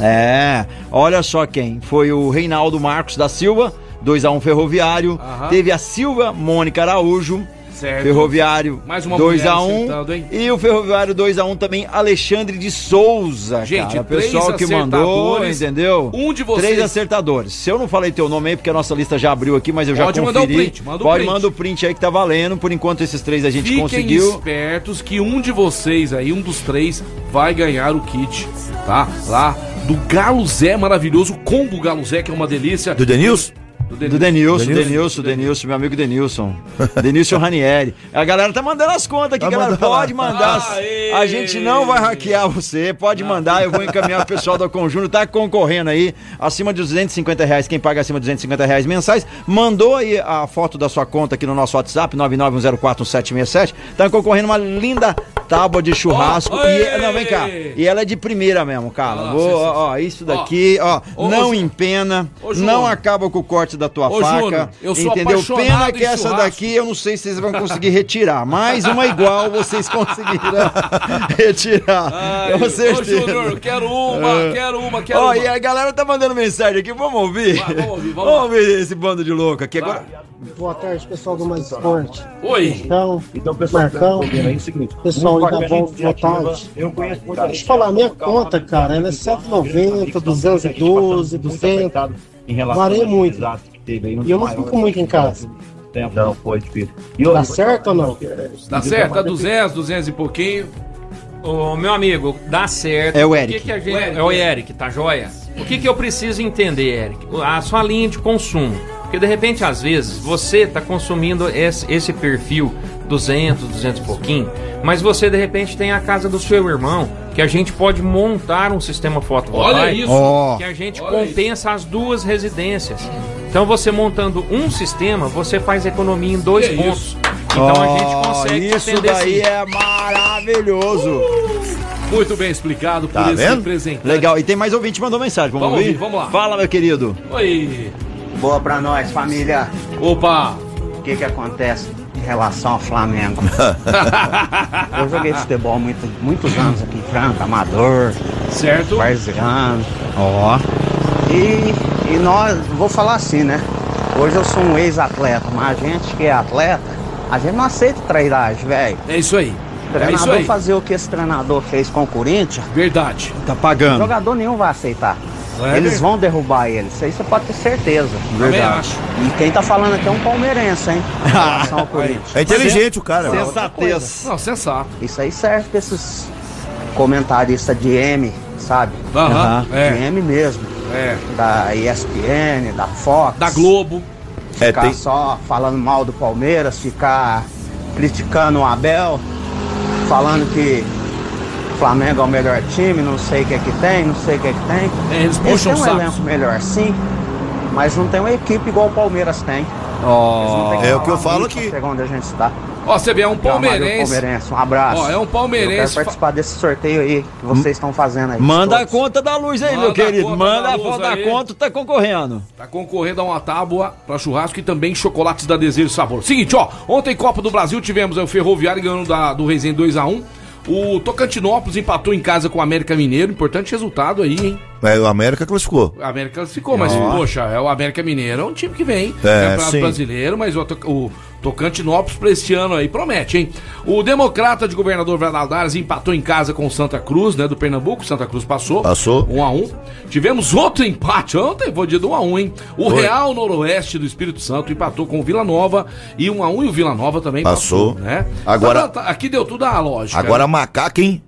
[SPEAKER 2] É, olha só quem. Foi o Reinaldo Marcos da Silva, 2x1 Ferroviário.
[SPEAKER 3] Aham.
[SPEAKER 2] Teve a Silva Mônica Araújo.
[SPEAKER 3] Certo.
[SPEAKER 2] Ferroviário
[SPEAKER 3] Mais uma
[SPEAKER 2] 2x1.
[SPEAKER 3] mulher acertando, hein?
[SPEAKER 2] e o Ferroviário 2x1 também, Alexandre de Souza.
[SPEAKER 3] Gente,
[SPEAKER 2] cara,
[SPEAKER 3] três
[SPEAKER 2] pessoal que mandou,
[SPEAKER 3] acertadores.
[SPEAKER 2] entendeu?
[SPEAKER 3] Um de vocês-
[SPEAKER 2] Três acertadores. Se eu não falei teu nome aí, porque a nossa lista já abriu aqui, mas eu já
[SPEAKER 3] Pode
[SPEAKER 2] conferi.
[SPEAKER 3] mandar o print, manda o
[SPEAKER 2] Pode
[SPEAKER 3] print.
[SPEAKER 2] mandar o print aí que tá valendo. Por enquanto, esses três a gente
[SPEAKER 3] Fiquem
[SPEAKER 2] conseguiu.
[SPEAKER 3] espertos que um de vocês aí, um dos três, vai ganhar o kit, tá? Lá do Galo Zé maravilhoso, combo Galo Zé, que é uma delícia.
[SPEAKER 4] Do Denilson? É
[SPEAKER 3] Do
[SPEAKER 2] Do
[SPEAKER 3] Denilson.
[SPEAKER 2] Denilson, Denilson, Denilson, Denilson, meu amigo Denilson. Denilson Ranieri. A galera tá mandando as contas aqui,
[SPEAKER 4] Tá
[SPEAKER 2] galera.
[SPEAKER 4] mandando
[SPEAKER 2] Pode
[SPEAKER 4] lá.
[SPEAKER 2] mandar.
[SPEAKER 3] Aê!
[SPEAKER 2] A gente não vai hackear você. Pode mandar, eu vou encaminhar o pessoal do Conjunto. Tá concorrendo aí. Acima de 250 reais, quem paga acima de 250 reais mensais, mandou aí a foto da sua conta aqui no nosso WhatsApp, 991041767. Tá concorrendo uma linda tábua de churrasco.
[SPEAKER 3] Ó,
[SPEAKER 2] e,
[SPEAKER 3] aê!
[SPEAKER 2] não, vem cá. E ela é de primeira mesmo, cara.
[SPEAKER 3] Ah,
[SPEAKER 2] Vou-
[SPEAKER 3] sim, sim,
[SPEAKER 2] ó, ó, isso daqui, ó.
[SPEAKER 3] Ô,
[SPEAKER 2] não
[SPEAKER 3] Ju-
[SPEAKER 2] empena,
[SPEAKER 3] Ô, Ju-
[SPEAKER 2] não acaba com o corte da tua
[SPEAKER 3] Ô,
[SPEAKER 2] faca.
[SPEAKER 3] Júnior, eu sou
[SPEAKER 2] entendeu?
[SPEAKER 3] apaixonado
[SPEAKER 2] Pena
[SPEAKER 3] em
[SPEAKER 2] que essa
[SPEAKER 3] churrasco.
[SPEAKER 2] daqui eu não sei se vocês vão conseguir retirar. Mais uma igual vocês conseguiram retirar.
[SPEAKER 3] Ai,
[SPEAKER 2] Com
[SPEAKER 3] Ô, Júnior,
[SPEAKER 2] certeza. Ah.
[SPEAKER 3] eu quero uma, quero uma, quero
[SPEAKER 2] Ó,
[SPEAKER 3] uma.
[SPEAKER 2] e a galera tá mandando mensagem aqui, vamos ouvir?
[SPEAKER 3] Vai, vamos ouvir, vamos lá.
[SPEAKER 2] vamos ouvir esse bando de louco aqui agora.
[SPEAKER 6] Boa tarde, pessoal do Mais Esporte.
[SPEAKER 3] Oi.
[SPEAKER 6] Então, Marcão, pessoal aí da Volvo, boa tarde. Deixa eu falar, minha conta, cara, ela é 190, 212, 200, varia muito. E eu não fico muito em casa.
[SPEAKER 7] tempo. Não,
[SPEAKER 3] é
[SPEAKER 7] foi difícil. E
[SPEAKER 6] Tá certo ou não?
[SPEAKER 3] Tá certo? Tá 200, 200 e pouquinho.
[SPEAKER 5] Ô, meu amigo, dá certo.
[SPEAKER 2] É o
[SPEAKER 5] O
[SPEAKER 2] Eric.
[SPEAKER 5] que que a gente- É o Eric, tá joia? O que, que eu preciso entender, Eric? A sua linha de consumo. Porque de repente, às vezes, você tá consumindo esse, esse perfil 200, 200 e pouquinho, mas você de repente tem a casa do seu irmão, que a gente pode montar um sistema fotovoltaico.
[SPEAKER 3] Olha isso.
[SPEAKER 2] Ó,
[SPEAKER 5] que a gente
[SPEAKER 3] Olha
[SPEAKER 5] compensa as duas residências. Então você montando um sistema, você faz economia em dois
[SPEAKER 3] Que
[SPEAKER 5] pontos.
[SPEAKER 3] isso.
[SPEAKER 5] Então a gente consegue
[SPEAKER 2] isso
[SPEAKER 5] estender
[SPEAKER 2] daí
[SPEAKER 5] esse-
[SPEAKER 2] é maravilhoso.
[SPEAKER 3] Muito bem explicado por
[SPEAKER 4] Tá
[SPEAKER 3] Uh, esse
[SPEAKER 4] vendo?
[SPEAKER 3] representante.
[SPEAKER 2] Legal, e tem mais ouvinte que mandou mensagem, vamos,
[SPEAKER 3] Vamos
[SPEAKER 2] ouvir?
[SPEAKER 3] ouvir, vamos lá.
[SPEAKER 2] Fala, meu querido.
[SPEAKER 3] Oi.
[SPEAKER 8] Boa pra nós, família.
[SPEAKER 3] Opa.
[SPEAKER 8] O que que acontece em relação ao Flamengo? Eu joguei futebol muito, muitos anos aqui em Franca, amador,
[SPEAKER 3] Certo?
[SPEAKER 8] parziano.
[SPEAKER 2] Ó,
[SPEAKER 8] E, e nós, vou falar assim, né? Hoje eu sou um ex-atleta, mas a gente que é atleta, a gente não aceita trairagem, velho.
[SPEAKER 3] É isso aí. É isso
[SPEAKER 8] Treinador
[SPEAKER 3] aí.
[SPEAKER 8] fazer o que esse treinador fez com o Corinthians,
[SPEAKER 3] Verdade.
[SPEAKER 2] tá pagando.
[SPEAKER 8] jogador nenhum vai aceitar.
[SPEAKER 3] É
[SPEAKER 8] Eles vão derrubar eles, isso aí você pode ter certeza.
[SPEAKER 3] Também acho.
[SPEAKER 8] E quem tá falando aqui é um palmeirense, hein? Em relação ao Corinthians.
[SPEAKER 4] É inteligente o cara. mano.
[SPEAKER 2] Sensatez.
[SPEAKER 3] Não, sensato.
[SPEAKER 8] Isso aí serve pra esses comentaristas de M, sabe?
[SPEAKER 3] Aham.
[SPEAKER 8] De
[SPEAKER 3] É.
[SPEAKER 8] M mesmo.
[SPEAKER 3] É.
[SPEAKER 8] Da ESPN, da Fox.
[SPEAKER 3] Da Globo.
[SPEAKER 4] É,
[SPEAKER 8] Ficar
[SPEAKER 4] tem-
[SPEAKER 8] só falando mal do Palmeiras, ficar criticando o Abel, falando que o Flamengo é o melhor time, não sei o que é que tem, não sei o que é que tem.
[SPEAKER 3] É, eles
[SPEAKER 8] Eles
[SPEAKER 3] puxam
[SPEAKER 8] têm
[SPEAKER 3] o
[SPEAKER 8] um
[SPEAKER 3] saco.
[SPEAKER 8] elenco melhor, sim, mas não tem uma equipe igual o Palmeiras tem. Eles não têm
[SPEAKER 4] É o que eu
[SPEAKER 8] falar
[SPEAKER 4] falo
[SPEAKER 8] muito pra
[SPEAKER 4] aqui.
[SPEAKER 8] Chegar onde a gente está.
[SPEAKER 3] Ó, você vê, é um
[SPEAKER 8] Amarelo
[SPEAKER 3] palmeirense.
[SPEAKER 8] palmeirense. Um abraço.
[SPEAKER 3] Ó, é um
[SPEAKER 8] Eu quero
[SPEAKER 3] palmeirense. fa-
[SPEAKER 8] participar desse sorteio aí que vocês estão fazendo aí.
[SPEAKER 2] Manda a
[SPEAKER 8] Todos.
[SPEAKER 2] conta da luz aí,
[SPEAKER 3] Manda
[SPEAKER 2] meu
[SPEAKER 3] a
[SPEAKER 2] querido.
[SPEAKER 3] conta
[SPEAKER 2] Manda
[SPEAKER 3] da
[SPEAKER 2] a
[SPEAKER 3] luz
[SPEAKER 2] conta da
[SPEAKER 3] aí.
[SPEAKER 2] conta, tá concorrendo.
[SPEAKER 3] Tá concorrendo a uma tábua pra churrasco e também chocolates da Desejo Sabor. Seguinte, ó, ontem Copa do Brasil tivemos aí o Ferroviário ganhando da, do Resende 2x1. O Tocantinópolis empatou em casa com o América Mineiro. Importante resultado aí, hein?
[SPEAKER 4] É, o América classificou.
[SPEAKER 3] O América ficou, mas, poxa, é o América Mineiro é um time que vem.
[SPEAKER 4] É,
[SPEAKER 3] Campeonato
[SPEAKER 4] sim.
[SPEAKER 3] brasileiro, mas o, Toc- o Tocantinópolis pra este ano aí promete, hein? O Democrata de governador Valadares empatou em casa com o Santa Cruz, né? Do Pernambuco. Santa Cruz passou.
[SPEAKER 4] Passou.
[SPEAKER 3] 1 a 1 Tivemos outro empate ontem, foi dia do 1 a 1 hein? O
[SPEAKER 4] Foi.
[SPEAKER 3] Real Noroeste do Espírito Santo empatou com o Vila Nova e 1 a 1 e o Vila Nova também
[SPEAKER 4] Passou.
[SPEAKER 3] né?
[SPEAKER 4] Agora-
[SPEAKER 3] Então, tá- aqui deu tudo a lógica.
[SPEAKER 4] Agora a macaca, hein?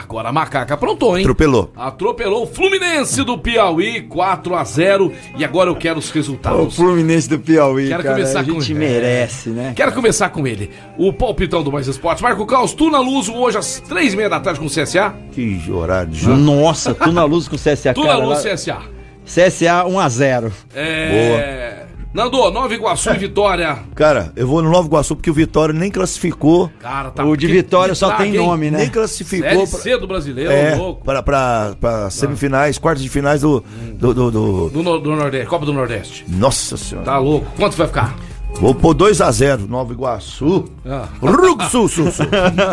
[SPEAKER 3] Agora a macaca aprontou, hein?
[SPEAKER 4] Atropelou.
[SPEAKER 3] Atropelou o Fluminense do Piauí, 4 a 0 E agora eu quero os
[SPEAKER 2] Tá O
[SPEAKER 3] resultados.
[SPEAKER 2] Fluminense do Piauí,
[SPEAKER 3] Quero
[SPEAKER 2] cara,
[SPEAKER 3] começar
[SPEAKER 2] a
[SPEAKER 3] com-
[SPEAKER 2] gente
[SPEAKER 3] é.
[SPEAKER 2] merece, né?
[SPEAKER 3] Quero começar com ele. O palpitão do Mais Esportes. Marco Caos, Tuna Luso, hoje às 3 e meia da tarde com o CSA.
[SPEAKER 4] Que horário de jogo.
[SPEAKER 2] Nossa, tu na luz com o CSA,
[SPEAKER 3] Tuna
[SPEAKER 2] cara.
[SPEAKER 3] Luso,
[SPEAKER 2] lá-
[SPEAKER 3] CSA.
[SPEAKER 2] CSA 1x0.
[SPEAKER 3] É... Nando, Nova Iguaçu e Vitória.
[SPEAKER 4] Cara, eu vou no Nova Iguaçu porque o Vitória nem classificou.
[SPEAKER 3] Cara, tá
[SPEAKER 2] o de
[SPEAKER 3] que-
[SPEAKER 2] Vitória só
[SPEAKER 3] tá,
[SPEAKER 2] tem
[SPEAKER 3] hein?
[SPEAKER 2] nome, né?
[SPEAKER 4] Nem classificou.
[SPEAKER 3] Série
[SPEAKER 4] pra-
[SPEAKER 3] C do brasileiro,
[SPEAKER 4] É,
[SPEAKER 3] louco. Ah.
[SPEAKER 4] pra, pra, pra semifinais, quartas de finais do. do, do- do-
[SPEAKER 3] Do, no- do Nordeste, Copa do Nordeste.
[SPEAKER 4] Nossa senhora.
[SPEAKER 3] Tá louco. Quanto vai ficar?
[SPEAKER 4] Vou pôr 2x0, Nova Iguaçu.
[SPEAKER 3] Tá. Ah.
[SPEAKER 4] Ruxu, su, su.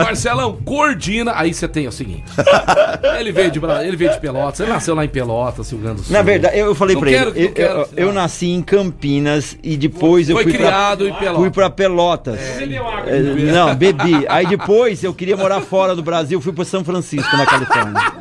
[SPEAKER 3] Marcelão, coordina. Aí você tem o seguinte. ele, veio de, Bra- ele veio de Pelotas, ele nasceu lá em Pelotas, Rio Grande do Sul.
[SPEAKER 2] Na verdade, eu eu falei
[SPEAKER 3] Não
[SPEAKER 2] pra
[SPEAKER 3] quero,
[SPEAKER 2] ele,
[SPEAKER 3] não
[SPEAKER 2] eu,
[SPEAKER 3] quero,
[SPEAKER 2] eu-
[SPEAKER 3] sei
[SPEAKER 2] eu
[SPEAKER 3] lá.
[SPEAKER 2] nasci em Campinas e depois eu
[SPEAKER 3] Foi
[SPEAKER 2] fui
[SPEAKER 3] criado em
[SPEAKER 2] pra,
[SPEAKER 3] Pelotas.
[SPEAKER 2] fui pra Pelotas. É, não, bebi. Aí depois eu queria morar fora do Brasil, fui pra São Francisco, na Califórnia.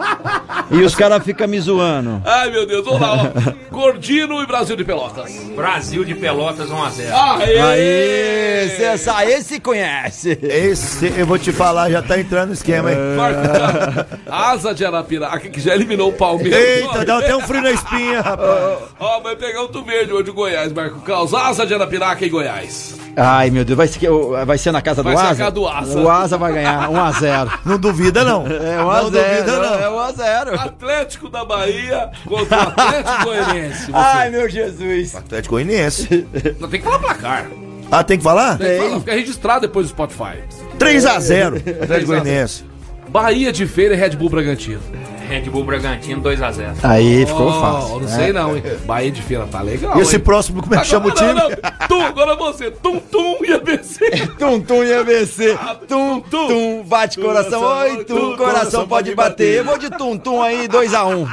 [SPEAKER 2] E os caras ficam me zoando.
[SPEAKER 3] Ai, meu Deus, vamos lá, ó. Gordino e Brasil de Pelotas.
[SPEAKER 5] Brasil de Pelotas 1x0.
[SPEAKER 3] Aê!
[SPEAKER 2] Aê,
[SPEAKER 4] é
[SPEAKER 2] essa, esse conhece.
[SPEAKER 4] Esse, eu vou te falar, já tá entrando no esquema, hein?
[SPEAKER 3] Marco, Asa de Arapiraca, que já eliminou o Palmeiras.
[SPEAKER 4] Eita, dá até um frio na espinha, rapaz.
[SPEAKER 3] Ó, vai pegar outro verde hoje o Goiás, Marco Caos. Asa de Arapiraca e Goiás.
[SPEAKER 2] Ai, meu Deus, vai ser, vai ser na casa
[SPEAKER 3] Vai
[SPEAKER 2] do
[SPEAKER 3] ser na
[SPEAKER 2] Asa?
[SPEAKER 3] casa do Asa.
[SPEAKER 2] O Asa vai ganhar 1x0.
[SPEAKER 4] Não duvida, não.
[SPEAKER 2] É
[SPEAKER 4] não
[SPEAKER 2] 1x0.
[SPEAKER 4] duvida, não.
[SPEAKER 2] É 1x0.
[SPEAKER 3] Atlético da Bahia contra o Atlético Goianiense. Você-
[SPEAKER 2] Ai, meu Jesus.
[SPEAKER 4] Atlético Goianiense.
[SPEAKER 3] Não, tem que falar placar.
[SPEAKER 4] Ah, tem que falar?
[SPEAKER 3] Tem que falar, fica registrado depois do Spotify.
[SPEAKER 4] 3x0. Atlético Goianiense.
[SPEAKER 3] Tá Bahia de Feira e Red Bull Bragantino.
[SPEAKER 5] Red Bull Bragantino 2x0.
[SPEAKER 2] Aí ficou fácil.
[SPEAKER 3] Ó, Não sei não, hein? Bahia de Feira tá legal.
[SPEAKER 4] É. E esse
[SPEAKER 3] hein?
[SPEAKER 4] próximo, como é que chama o
[SPEAKER 3] Agora-
[SPEAKER 4] time?
[SPEAKER 3] não, não. Tum, agora você. Tum, tum e ABC.
[SPEAKER 2] Tum, tum e ABC. Tum, tum, bate coração. Oi, tum, coração, pode bater. Eu vou de tum, tum aí, 2x1.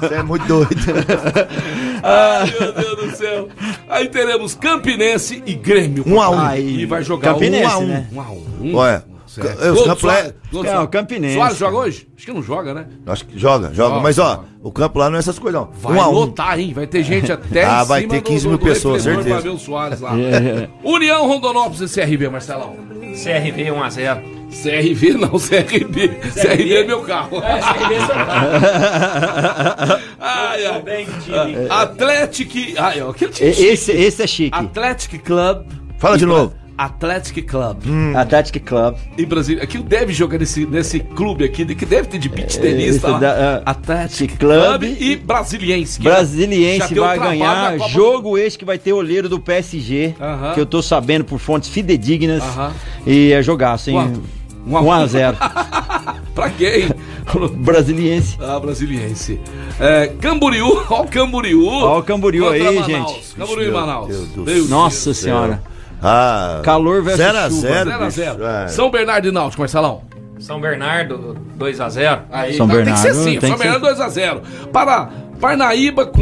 [SPEAKER 4] Você é muito doido.
[SPEAKER 3] Ai, meu Deus do céu. Aí teremos Campinense e Grêmio.
[SPEAKER 4] Um a um.
[SPEAKER 3] E vai jogar
[SPEAKER 2] Campinense,
[SPEAKER 3] um a um.
[SPEAKER 2] né?
[SPEAKER 3] Um a um.
[SPEAKER 4] Olha, Eu,
[SPEAKER 3] Gol
[SPEAKER 4] os
[SPEAKER 3] do
[SPEAKER 4] campos
[SPEAKER 3] Soares.
[SPEAKER 4] lá,
[SPEAKER 3] Gol do
[SPEAKER 9] É, o
[SPEAKER 3] Soares.
[SPEAKER 9] Campinense.
[SPEAKER 3] Soares joga hoje? Acho que não joga, né?
[SPEAKER 4] acho que joga, joga.
[SPEAKER 3] Joga,
[SPEAKER 4] mas ó,
[SPEAKER 3] joga.
[SPEAKER 4] o campo lá não é essas coisas, não.
[SPEAKER 3] Vai
[SPEAKER 4] um a um.
[SPEAKER 3] lotar, hein? Vai ter gente até
[SPEAKER 4] Ah, vai ter 15 mil pessoas,
[SPEAKER 3] refletor
[SPEAKER 4] certeza.
[SPEAKER 3] Pra ver o Soares lá. União Rondonópolis e CRB, Marcelão.
[SPEAKER 5] CRV 1x0.
[SPEAKER 3] CRV não, CRB. CRB é meu carro. ai, ai. Atlético... Ai, ó, aquele time chique.
[SPEAKER 2] Esse, esse é chique.
[SPEAKER 3] Athletic Club.
[SPEAKER 4] Fala de novo.
[SPEAKER 3] Athletic Club.
[SPEAKER 2] Athletic Club.
[SPEAKER 3] Em Brasília. Aquilo deve jogar nesse, nesse clube aqui, que deve ter de beat tennis,
[SPEAKER 2] É, esse é
[SPEAKER 3] tá?
[SPEAKER 2] da- ah,
[SPEAKER 3] Athletic
[SPEAKER 2] Athletic Club
[SPEAKER 3] Club e Brasiliense. que é já
[SPEAKER 2] Brasiliense
[SPEAKER 3] deu
[SPEAKER 2] vai
[SPEAKER 3] trabalho na
[SPEAKER 2] ganhar.
[SPEAKER 3] Copa do-
[SPEAKER 2] Jogo este que vai ter olheiro do PSG.
[SPEAKER 3] Aham.
[SPEAKER 2] Que eu tô sabendo por fontes fidedignas.
[SPEAKER 3] Aham.
[SPEAKER 2] E é jogaço,
[SPEAKER 3] Quanto?
[SPEAKER 2] hein?
[SPEAKER 3] Um a um.
[SPEAKER 2] 1x0.
[SPEAKER 3] Pra quem?
[SPEAKER 2] Brasiliense.
[SPEAKER 3] Ah, brasiliense. É, Camboriú, ó o Camboriú.
[SPEAKER 2] Ó o Camboriú
[SPEAKER 3] Contra
[SPEAKER 2] aí,
[SPEAKER 3] Manaus.
[SPEAKER 2] gente.
[SPEAKER 3] Camboriú e
[SPEAKER 4] Meu
[SPEAKER 3] Manaus.
[SPEAKER 4] Deus do
[SPEAKER 3] Meu
[SPEAKER 2] Nossa
[SPEAKER 3] Deus.
[SPEAKER 2] senhora.
[SPEAKER 4] Ah,
[SPEAKER 2] Calor versus
[SPEAKER 4] 0 a
[SPEAKER 2] chuva.
[SPEAKER 4] 0
[SPEAKER 3] 0 a
[SPEAKER 4] bicho.
[SPEAKER 3] 0.
[SPEAKER 4] É.
[SPEAKER 3] São Bernardo e Náutico, Marcelão.
[SPEAKER 5] São Bernardo 2x0.
[SPEAKER 3] Aí,
[SPEAKER 2] São
[SPEAKER 3] tem que ser
[SPEAKER 2] Bernardo,
[SPEAKER 3] assim,
[SPEAKER 2] tem
[SPEAKER 3] São
[SPEAKER 2] que ser.
[SPEAKER 3] Bernardo 2x0. Para Parnaíba com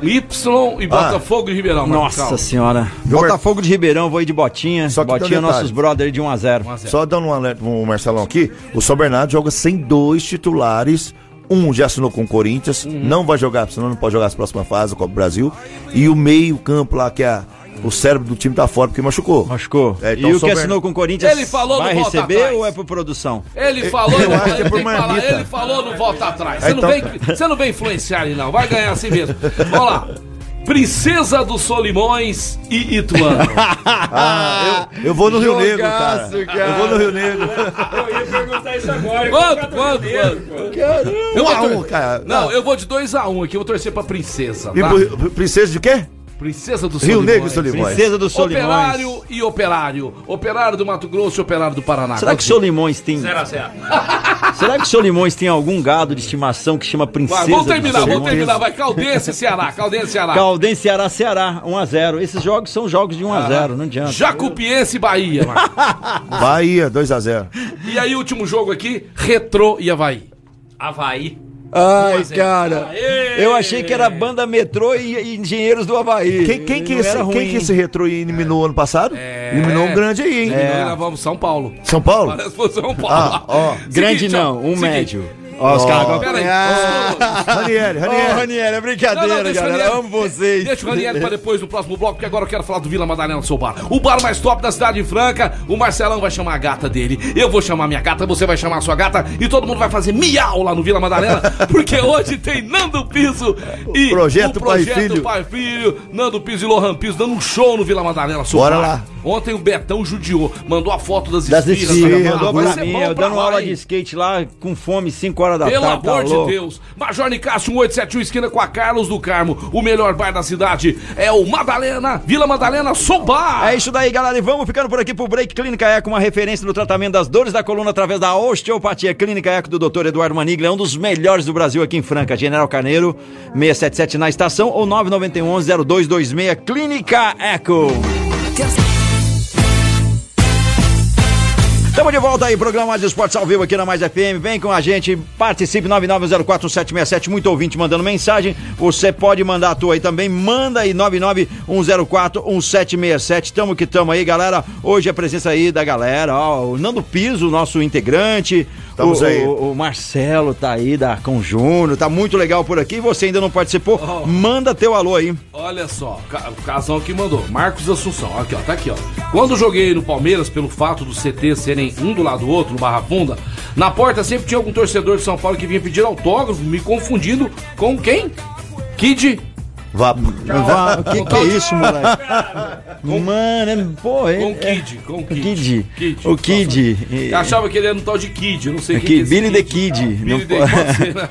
[SPEAKER 3] Y e Botafogo de Ribeirão. Marcos
[SPEAKER 2] Ah. Nossa
[SPEAKER 3] Calvo.
[SPEAKER 2] senhora. Botafogo de Ribeirão, vou ir de botinha.
[SPEAKER 4] Só que tem um
[SPEAKER 2] botinha
[SPEAKER 4] detalhe.
[SPEAKER 2] nossos brother de 1x0.
[SPEAKER 4] Só dando um alerta pro Marcelão aqui, o São Bernardo joga sem dois titulares. Um já assinou com o Corinthians,
[SPEAKER 2] Uhum.
[SPEAKER 4] não vai jogar, senão não pode jogar as próximas fases da Copa do Brasil. E o meio-campo lá, que é o cérebro do time tá fora porque machucou.
[SPEAKER 2] Machucou.
[SPEAKER 4] É, então
[SPEAKER 2] e o
[SPEAKER 4] São
[SPEAKER 2] que
[SPEAKER 4] Bernardo-
[SPEAKER 2] assinou com o Corinthians
[SPEAKER 3] Ele falou
[SPEAKER 2] vai
[SPEAKER 3] do volta
[SPEAKER 2] receber
[SPEAKER 3] atrás.
[SPEAKER 2] ou é pro produção?
[SPEAKER 3] Ele falou,
[SPEAKER 4] eu acho que é
[SPEAKER 3] ele
[SPEAKER 4] por
[SPEAKER 3] tem falar,
[SPEAKER 4] marmita.
[SPEAKER 3] ele falou no volta atrás. Você,
[SPEAKER 4] Então
[SPEAKER 3] não vem, você não vem influenciar ele, não. Vai ganhar assim mesmo. Vamos lá. Princesa dos Solimões e Ituano.
[SPEAKER 4] Ah, eu, eu vou no Rio Negro, cara.
[SPEAKER 2] Jogaço, cara.
[SPEAKER 4] Eu vou no Rio Negro.
[SPEAKER 5] Eu ia perguntar isso agora.
[SPEAKER 3] Quanto, quanto, quanto? Eu
[SPEAKER 4] Um
[SPEAKER 3] vou
[SPEAKER 4] a
[SPEAKER 3] tor-
[SPEAKER 4] um, cara.
[SPEAKER 3] Não, eu vou de 2x1 um aqui, eu vou torcer pra princesa.
[SPEAKER 4] E
[SPEAKER 2] Ah.
[SPEAKER 3] tá?
[SPEAKER 4] pro- pro- princesa de quê?
[SPEAKER 3] Princesa do
[SPEAKER 4] Rio
[SPEAKER 3] Solimões.
[SPEAKER 4] Negro e Solimões.
[SPEAKER 2] Princesa do Solimões.
[SPEAKER 3] Operário e operário. Operário do Mato Grosso e operário do Paraná.
[SPEAKER 2] Será que o Solimões tem.
[SPEAKER 5] 0x0.
[SPEAKER 2] Será que o Solimões tem algum gado de estimação que chama princesa?
[SPEAKER 3] Vai, vamos
[SPEAKER 2] do
[SPEAKER 3] terminar, vamos
[SPEAKER 2] Solimões?
[SPEAKER 3] terminar. Vai, Caldense e Ceará, Caldense e
[SPEAKER 4] Ah.
[SPEAKER 3] Ceará.
[SPEAKER 2] Caldense, Ceará, Ceará, 1x0. Esses jogos são jogos de
[SPEAKER 4] Ah.
[SPEAKER 2] 1x0, não adianta.
[SPEAKER 3] Jacupiense e Bahia, Marcos.
[SPEAKER 4] Bahia, 2x0.
[SPEAKER 3] E aí, último jogo aqui, Retrô e Havaí.
[SPEAKER 5] Havaí.
[SPEAKER 3] Um
[SPEAKER 2] Ai,
[SPEAKER 5] 1x0.
[SPEAKER 2] cara. Eu achei que era banda metrô e, e engenheiros do Havaí.
[SPEAKER 4] Quem, quem que
[SPEAKER 2] É. Não
[SPEAKER 4] esse,
[SPEAKER 2] era ruim. É.
[SPEAKER 4] quem que esse retrô aí eliminou ano passado? Eliminou um grande aí, hein?
[SPEAKER 3] É. E nós gravamos São Paulo.
[SPEAKER 4] São Paulo?
[SPEAKER 3] Parece que foi São Paulo.
[SPEAKER 4] Ah, ó.
[SPEAKER 2] Grande
[SPEAKER 3] Seguinte,
[SPEAKER 2] não, um
[SPEAKER 3] seguinte.
[SPEAKER 2] médio. Ó, os caras agora-
[SPEAKER 3] Peraí. Ah.
[SPEAKER 4] Ranieri,
[SPEAKER 2] Ô,
[SPEAKER 4] Ranieri.
[SPEAKER 2] Raniel, é
[SPEAKER 3] Não,
[SPEAKER 2] brincadeira,
[SPEAKER 3] não, deixa o
[SPEAKER 2] galera.
[SPEAKER 3] Ranieri.
[SPEAKER 2] Amo vocês.
[SPEAKER 3] Deixa o Ranieri pra depois do próximo bloco, porque agora eu quero falar do Vila Madalena no seu bar. O bar mais top da cidade de Franca. O Marcelão vai chamar a gata dele. Eu vou chamar minha gata, você vai chamar a sua gata. E todo mundo vai fazer miau lá no Vila Madalena, porque hoje tem Nando Piso e
[SPEAKER 4] Projeto Pai Filho.
[SPEAKER 3] Pai Filho, Nando Piso e Lohan Piso dando um show no Vila Madalena. seu
[SPEAKER 4] Bora
[SPEAKER 3] bar.
[SPEAKER 4] lá.
[SPEAKER 3] Ontem o Betão judiou, mandou a foto das,
[SPEAKER 2] Das
[SPEAKER 3] esfirras.
[SPEAKER 2] esfirras,
[SPEAKER 3] cara.
[SPEAKER 2] mandou
[SPEAKER 3] Vai
[SPEAKER 2] pra
[SPEAKER 3] ser
[SPEAKER 2] mim.
[SPEAKER 3] bom
[SPEAKER 2] Eu
[SPEAKER 3] pra
[SPEAKER 2] dando
[SPEAKER 3] lá,
[SPEAKER 2] aula
[SPEAKER 3] hein?
[SPEAKER 2] de skate lá com fome, 5 horas da
[SPEAKER 3] Pelo
[SPEAKER 2] tarde. tá
[SPEAKER 3] amor de
[SPEAKER 2] louco.
[SPEAKER 3] Deus. Major Nicásio 1871, esquina com a Carlos do Carmo. O melhor bar da cidade é o Madalena, Vila Madalena Sobar.
[SPEAKER 2] É isso daí, galera. E vamos ficando por aqui pro Break Clínica Eco, uma referência no tratamento das dores da coluna através da osteopatia clínica Eco do Dr. Eduardo Maniglia, um dos melhores do Brasil aqui em Franca. General Carneiro, 677 na estação ou 991-0226 Clínica Eco. Estamos de volta aí, programa Mais Esportes ao vivo aqui na Mais FM. Vem com a gente, participe 99041767. Muito ouvinte mandando mensagem. Você pode mandar a tua aí também. Manda aí 991041767. Tamo que tamo aí, galera. Hoje a presença aí da galera, ó, o Nando Piso, nosso integrante.
[SPEAKER 4] Estamos
[SPEAKER 2] o,
[SPEAKER 4] aí.
[SPEAKER 2] O, o Marcelo tá aí da Conjunto, tá muito legal por aqui. Você ainda não participou?
[SPEAKER 3] Oh.
[SPEAKER 2] Manda teu alô aí.
[SPEAKER 3] Olha só, ca- o casal que mandou, Marcos Assunção. Aqui, ó, tá aqui, ó. Quando joguei no Palmeiras, pelo fato dos CT serem um do lado do outro, no Barra Funda, na porta sempre tinha algum torcedor de São Paulo que vinha pedir autógrafo, me confundindo com quem? Kid
[SPEAKER 4] Vá.
[SPEAKER 2] Vá, O que, que é isso, moleque? Mano, é- pô, é.
[SPEAKER 3] Com
[SPEAKER 2] é-
[SPEAKER 3] Kid, com Kid.
[SPEAKER 2] Kid. O Kid. Tá
[SPEAKER 3] Eu achava que ele era um tal de Kid, eu não sei
[SPEAKER 2] É
[SPEAKER 3] quem
[SPEAKER 2] que
[SPEAKER 3] é esse
[SPEAKER 2] Billy the Kid.
[SPEAKER 3] Billy
[SPEAKER 2] Não
[SPEAKER 3] the
[SPEAKER 2] po-
[SPEAKER 3] pode ser, né?